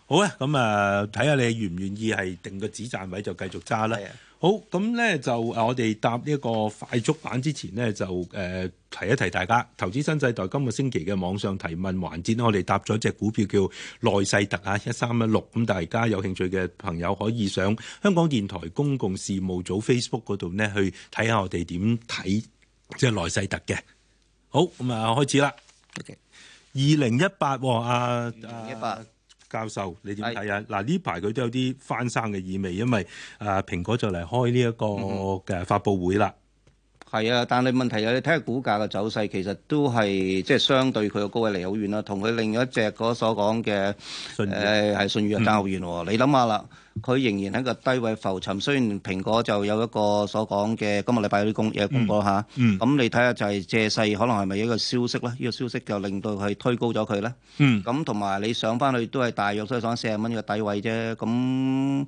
C: 好啊，咁啊，睇下你願唔願意係定個止賺位就繼續揸啦
D: 係啊。
C: 好，咁咧就誒，我哋搭呢一個快速版之前咧，就誒、呃提一提大家投資新世代今個星期嘅網上提問環節呢我哋搭咗隻股票叫耐世特啊，一三一六。咁大家有興趣嘅朋友可以上香港電台公共事務組 Facebook 嗰度呢，去睇下我哋點睇即係耐世特嘅。好，咁啊開始啦。
D: OK
C: 二零一八喎，阿啊
D: 二零一八
C: 教授，你點睇啊？嗱，呢排佢都有啲翻生嘅意味，因為誒蘋果就嚟開呢一個嘅發佈會啦。
D: 係啊，但係問題係你睇下股價嘅走勢，其實都係即係相對佢嘅高位離好遠啦，同佢另一隻嗰所講嘅誒係信譽啊爭好遠喎。你諗下啦，佢仍然喺個低位浮沉，雖然蘋果就有一個所講嘅今日禮拜啲公嘢公佈啦嚇，
C: 嗯
D: 咁你睇下就係借勢可能係咪一個消息咧？呢、個消息就令到佢推高咗佢咧。
C: 嗯
D: 咁同埋你上翻去都係大約都係上四十蚊嘅底位啫。咁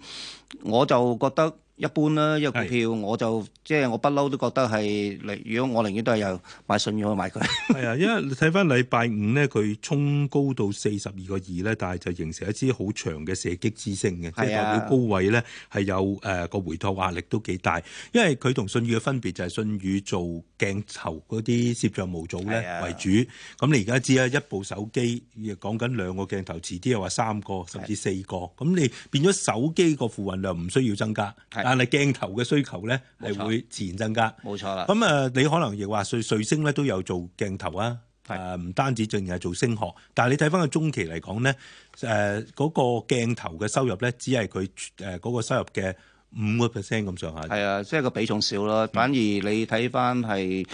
D: 我就覺得一般啦，因為股票我就即係我不嬲都覺得係，你如果我寧願都係由買信 *laughs* 譽去買佢。
C: 係啊，因為你睇翻禮拜五咧，佢衝高到四十二個二咧，但係就形成一支好長嘅射擊之星嘅，即係
D: 係啊
C: 代表高位咧係有誒個、回吐壓力都幾大。因為佢同信宇嘅分別就係信宇做鏡頭嗰啲攝像模組
D: 係
C: 咧
D: 啊
C: 為主，咁你而家知啦，啊一部手機講緊兩個鏡頭，遲啲又話三個甚至四個，咁你變咗手機個付運量唔需要增加，
D: 係
C: 但係鏡頭嘅需求咧係
D: 冇錯
C: 會自然增加。
D: 冇錯啦。
C: 咁啊，你可能亦話瑞瑞星咧都有做鏡頭啊。誒唔單止淨係做聲學，但係你睇翻個中期嚟講咧，誒、嗰、個鏡頭嘅收入咧，只係佢誒嗰個收入嘅五個 percent 咁上下。
D: 係啊，即係個比重少
C: 嗯
D: 啦。反而你睇翻係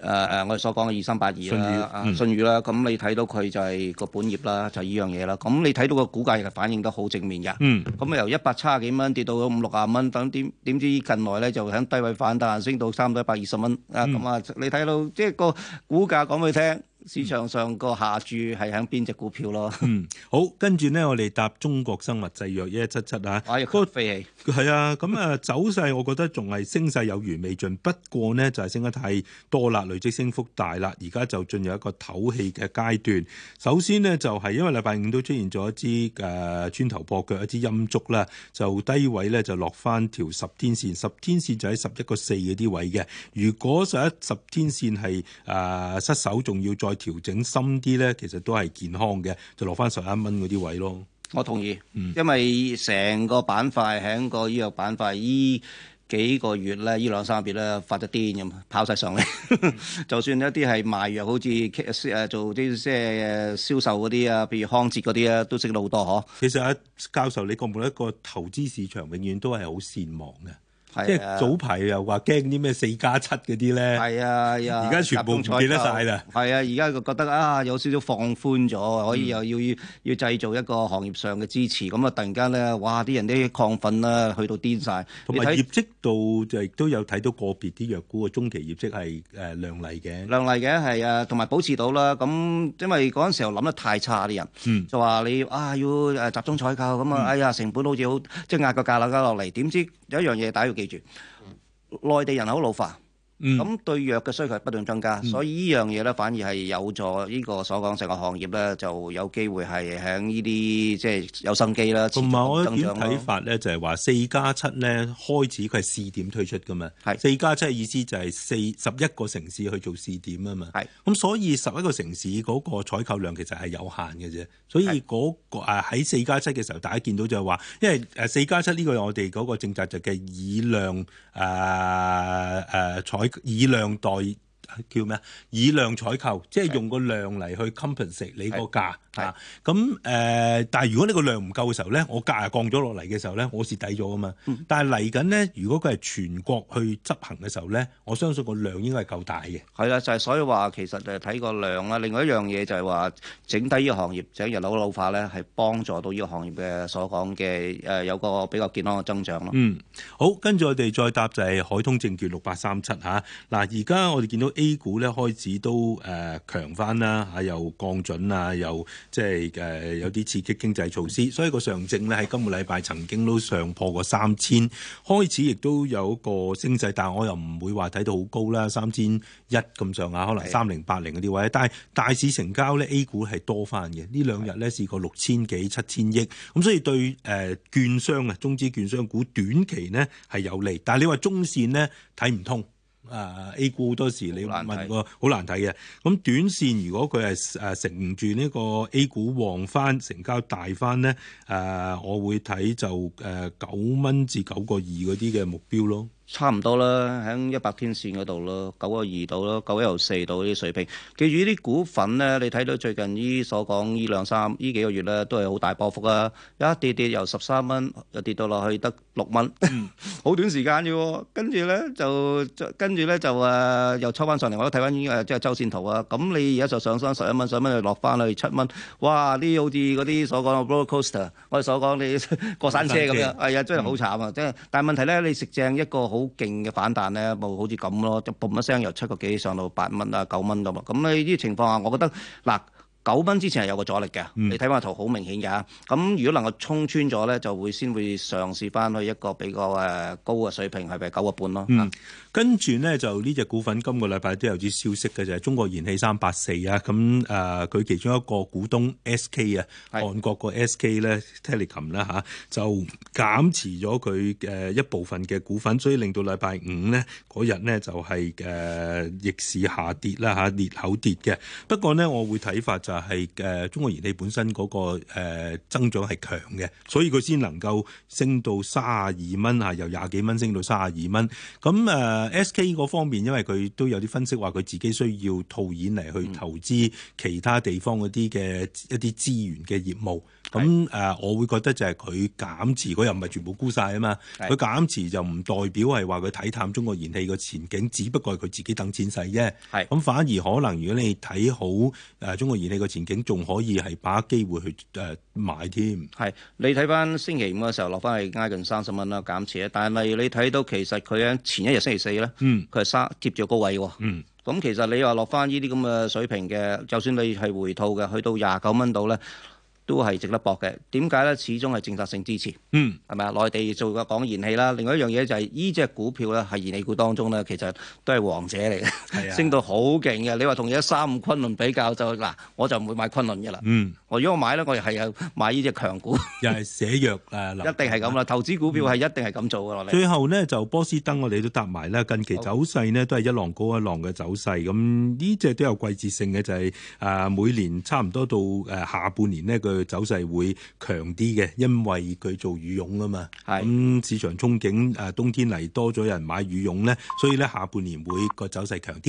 D: 誒誒，我哋所講嘅二三八二
C: 信譽
D: 啦，啊
C: 嗯
D: 信譽啦，咁你睇到佢就係個本業啦，就係依樣嘢啦。咁你睇到個股價其實反應得好正面嘅。
C: 嗯
D: 咁啊由一百七十幾蚊跌到五六廿蚊，等點點知近來咧就喺低位反彈，升到差唔多一百二十蚊
C: 嗯
D: 啊！咁啊、你睇到即係個股價講俾你聽，市場上個下注係喺邊只股票
C: *laughs*
D: 咯？
C: 嗯，好，跟住咧，我哋搭中國生物製藥一一七七啊，
D: 哇！一個飛起，
C: 係啊，咁啊走勢我覺得仲係升勢有餘未盡，不過呢，就係、升得太多啦，累積升幅大啦，而家就進入一個唞氣嘅階段。首先呢，就係、因為禮拜五都出現咗一支誒、呃、穿頭破腳一支陰燭啦，就低位呢，就落翻條十天線，十天線就喺十一個四嗰啲位嘅。如果十一十天線係誒、呃失守，仲要再調整深啲呢，其實都係健康嘅，就落翻十一蚊嗰啲位咯。
D: 我同意，
C: 嗯
D: 因為成個板塊喺個醫藥板塊依幾個月咧，依兩三個月咧發咗癲咁，跑晒上嚟。
C: *laughs*
D: 就算一啲係賣藥，好似誒做啲即係呃銷售嗰啲啊，譬如康哲嗰啲啊，都升到好多嗬。
C: 其實啊，教授，你覺唔覺得個投資市場永遠都係好善忘嘅？即
D: 係啊
C: 係早排又話驚啲咩四加七嗰啲咧，
D: 係啊，係啊
C: 而家全部唔記得晒啦。
D: 係啊，而家佢覺得啊，有少少放寬咗，可以
C: 嗯
D: 又要要要製造一個行業上嘅支持，咁啊突然間咧，哇！啲人啲亢奮啦，去到癲晒。
C: 同埋
D: 你睇
C: 業績度就亦都有睇到個別啲藥股嘅中期業績係誒亮麗嘅。
D: 亮麗嘅係啊，同埋保持到啦。咁因為嗰陣時候諗得太差啲人，
C: 嗯
D: 就話你啊要誒集中採購咁啊，哎呀成本好似好即係壓個價落加落嚟。點知有一樣嘢大家要記住，內地人口老化。
C: 嗯
D: 咁對藥嘅需求係不斷增加，所以呢樣嘢咧反而係有助呢個所講成個行業咧就有機會係喺呢啲即係有生機啦，持
C: 同埋
D: 續
C: 我
D: 啊增
C: 點
D: 長
C: 睇
D: 咯。
C: 法咧，就係話四加七咧開始佢係試點推出噶嘛。
D: 係
C: 四加七嘅意思就係四十一個城市去做試點啊嘛。
D: 係
C: 咁所以十一個城市嗰個採購量其實係有限嘅啫。所以嗰、個啊喺四加七嘅時候，大家見到就係話，因為誒四加七呢個我哋嗰個政策就嘅以量誒誒採以量代。叫咩啊？以量採購，即係用個量嚟去 compensate 你個價啊。咁誒、呃但係如果你個量唔夠嘅時候咧，我價降咗落嚟嘅時候咧，我蝕底咗啊嘛。但係嚟緊咧，如果佢係全國去執行嘅時候咧，我相信個量應該係夠大嘅。
D: 係啦，就係、所以話其實誒睇個量啦。另外一樣嘢就係話整體呢個行業，整人口老化咧，係幫助到呢個行業嘅所講嘅誒有個比較健康嘅增長咯。
C: 嗯，好，跟住我哋再答就係海通證券六八三七嚇。嗱，而家我哋見到 A 股咧開始都誒、呃、強翻啦嚇，又降準啊，又即係誒有啲刺激經濟措施，所以個上證咧喺今個禮拜曾經都上破過三千，開始亦都有一個升勢，但係我又唔會話睇到好高啦，三千一咁上下，可能三零八零嗰啲位。但係大市成交咧 A 股係多翻嘅，呢兩日咧試過六千幾七千億，咁所以對誒、呃券商啊，中資券商股短期呢係有利，但係你話中線呢睇唔通。啊 A 股好多時你
D: 好難睇
C: 問個好難睇嘅，咁短線如果佢係誒乘住呢個 A 股旺翻，成交大呃翻呃咧，誒、我會睇就誒九蚊至九個二嗰啲嘅目標咯。
D: 差唔多啦，喺一百天線嗰度咯，九個二度咯，九一毫四度呢啲水平。記住呢啲股份咧，你睇到最近呢所講呢兩三呢幾個月咧，都係好大波幅啊！一跌跌由十三蚊又跌到落去得六蚊，
L: 嗯
D: *laughs* 好短時間嘅喎。跟住咧就跟住咧就誒、呃又抽翻上嚟，我都睇翻誒即係周線圖啊。咁你而家就上翻十一蚊，十一蚊就落翻去七蚊。哇！呢好似嗰啲所講嘅 roller coaster，我哋所講你 *laughs* 過山車咁
L: 過山
D: 樣
L: 車。嗯
D: 係啊，真係好慘啊！即係，但係問題咧，你食正一個好勁嘅反彈咧，冇好似咁咯，就嘣一聲由七個幾上到八蚊啊、九蚊咁啊。咁呢啲情況下，我覺得嗱。九蚊之前係有個阻力嘅，
M: 嗯
D: 你睇翻個圖好明顯㗎。咁如果能夠衝穿咗咧，就會先會嘗試翻去一個比較誒高嘅水平，係咪九個半咯？
C: 嗯，跟住呢，就呢只股份今個禮拜都有啲消息嘅，就係、中國燃氣三八四啊，咁誒佢其中一個股東 SK 啊，韓國個 SK 咧 Telecom 啦、吓，就減持咗佢誒一部分嘅股份，所以令到禮拜五呢嗰日呢，就係、誒、逆市下跌啦嚇、裂口跌嘅。不過呢，我會睇法就係、誒中國燃氣本身嗰、個、誒增長係強嘅，所以佢先能夠升到三十二蚊啊，由廿幾蚊升到三十二蚊。咁呃誒、SK E 嗰方面，因為佢都有啲分析話佢自己需要套現嚟去投
D: 嗯
C: 資其他地方嗰啲嘅一啲資源嘅業務。咁誒、呃我會覺得就係佢減持，佢又唔係全部沽晒啊嘛。
D: 係
C: 佢減持就唔代表係話佢睇淡中國燃氣個前景，只不過係佢自己等錢使啫。
D: 係
C: 咁反而可能如果你睇好誒、中國燃氣個前景，仲可以係把握機會去誒、買添。
D: 係你睇翻星期五嘅時候落翻去挨近三十蚊啦，減持啦。啊但係你睇到其實佢喺前一日星期四咧，
C: 嗯
D: 佢係三貼住高位喎。
C: 嗯。
D: 咁其實你話落翻呢啲咁嘅水平嘅，就算你係回吐嘅，去到廿九蚊度咧，都係值得搏嘅。點解咧？始終係政策性支持。
C: 嗯。
D: 係咪啊？內地做嘅講燃氣啦，另外一樣嘢就係呢只股票咧，係燃氣股當中咧，其實都係王者嚟
C: 係
D: 嘅，
C: 啊
D: 升到好勁嘅。你話同而家三五昆侖比較就嗱，我就唔會買昆侖嘅啦。
C: 嗯，
D: 我如果我買咧，我又係有買呢只強股，
C: 又係寫藥呃誒，
D: 一定係咁
C: 嗯
D: 啦。投資股票係一定係咁做嘅落嚟。
C: 最後呢，就波司登我哋都搭埋啦，近期走勢呢，都係一浪高一浪嘅走勢，咁呢只都有季節性嘅，就係、啊每年差唔多到誒、啊下半年呢，佢走勢會強啲嘅，因為佢做羽絨啊嘛，咁、市場憧憬誒、啊冬天嚟多咗人買羽絨呢，所以呢，下半年會個走勢強啲。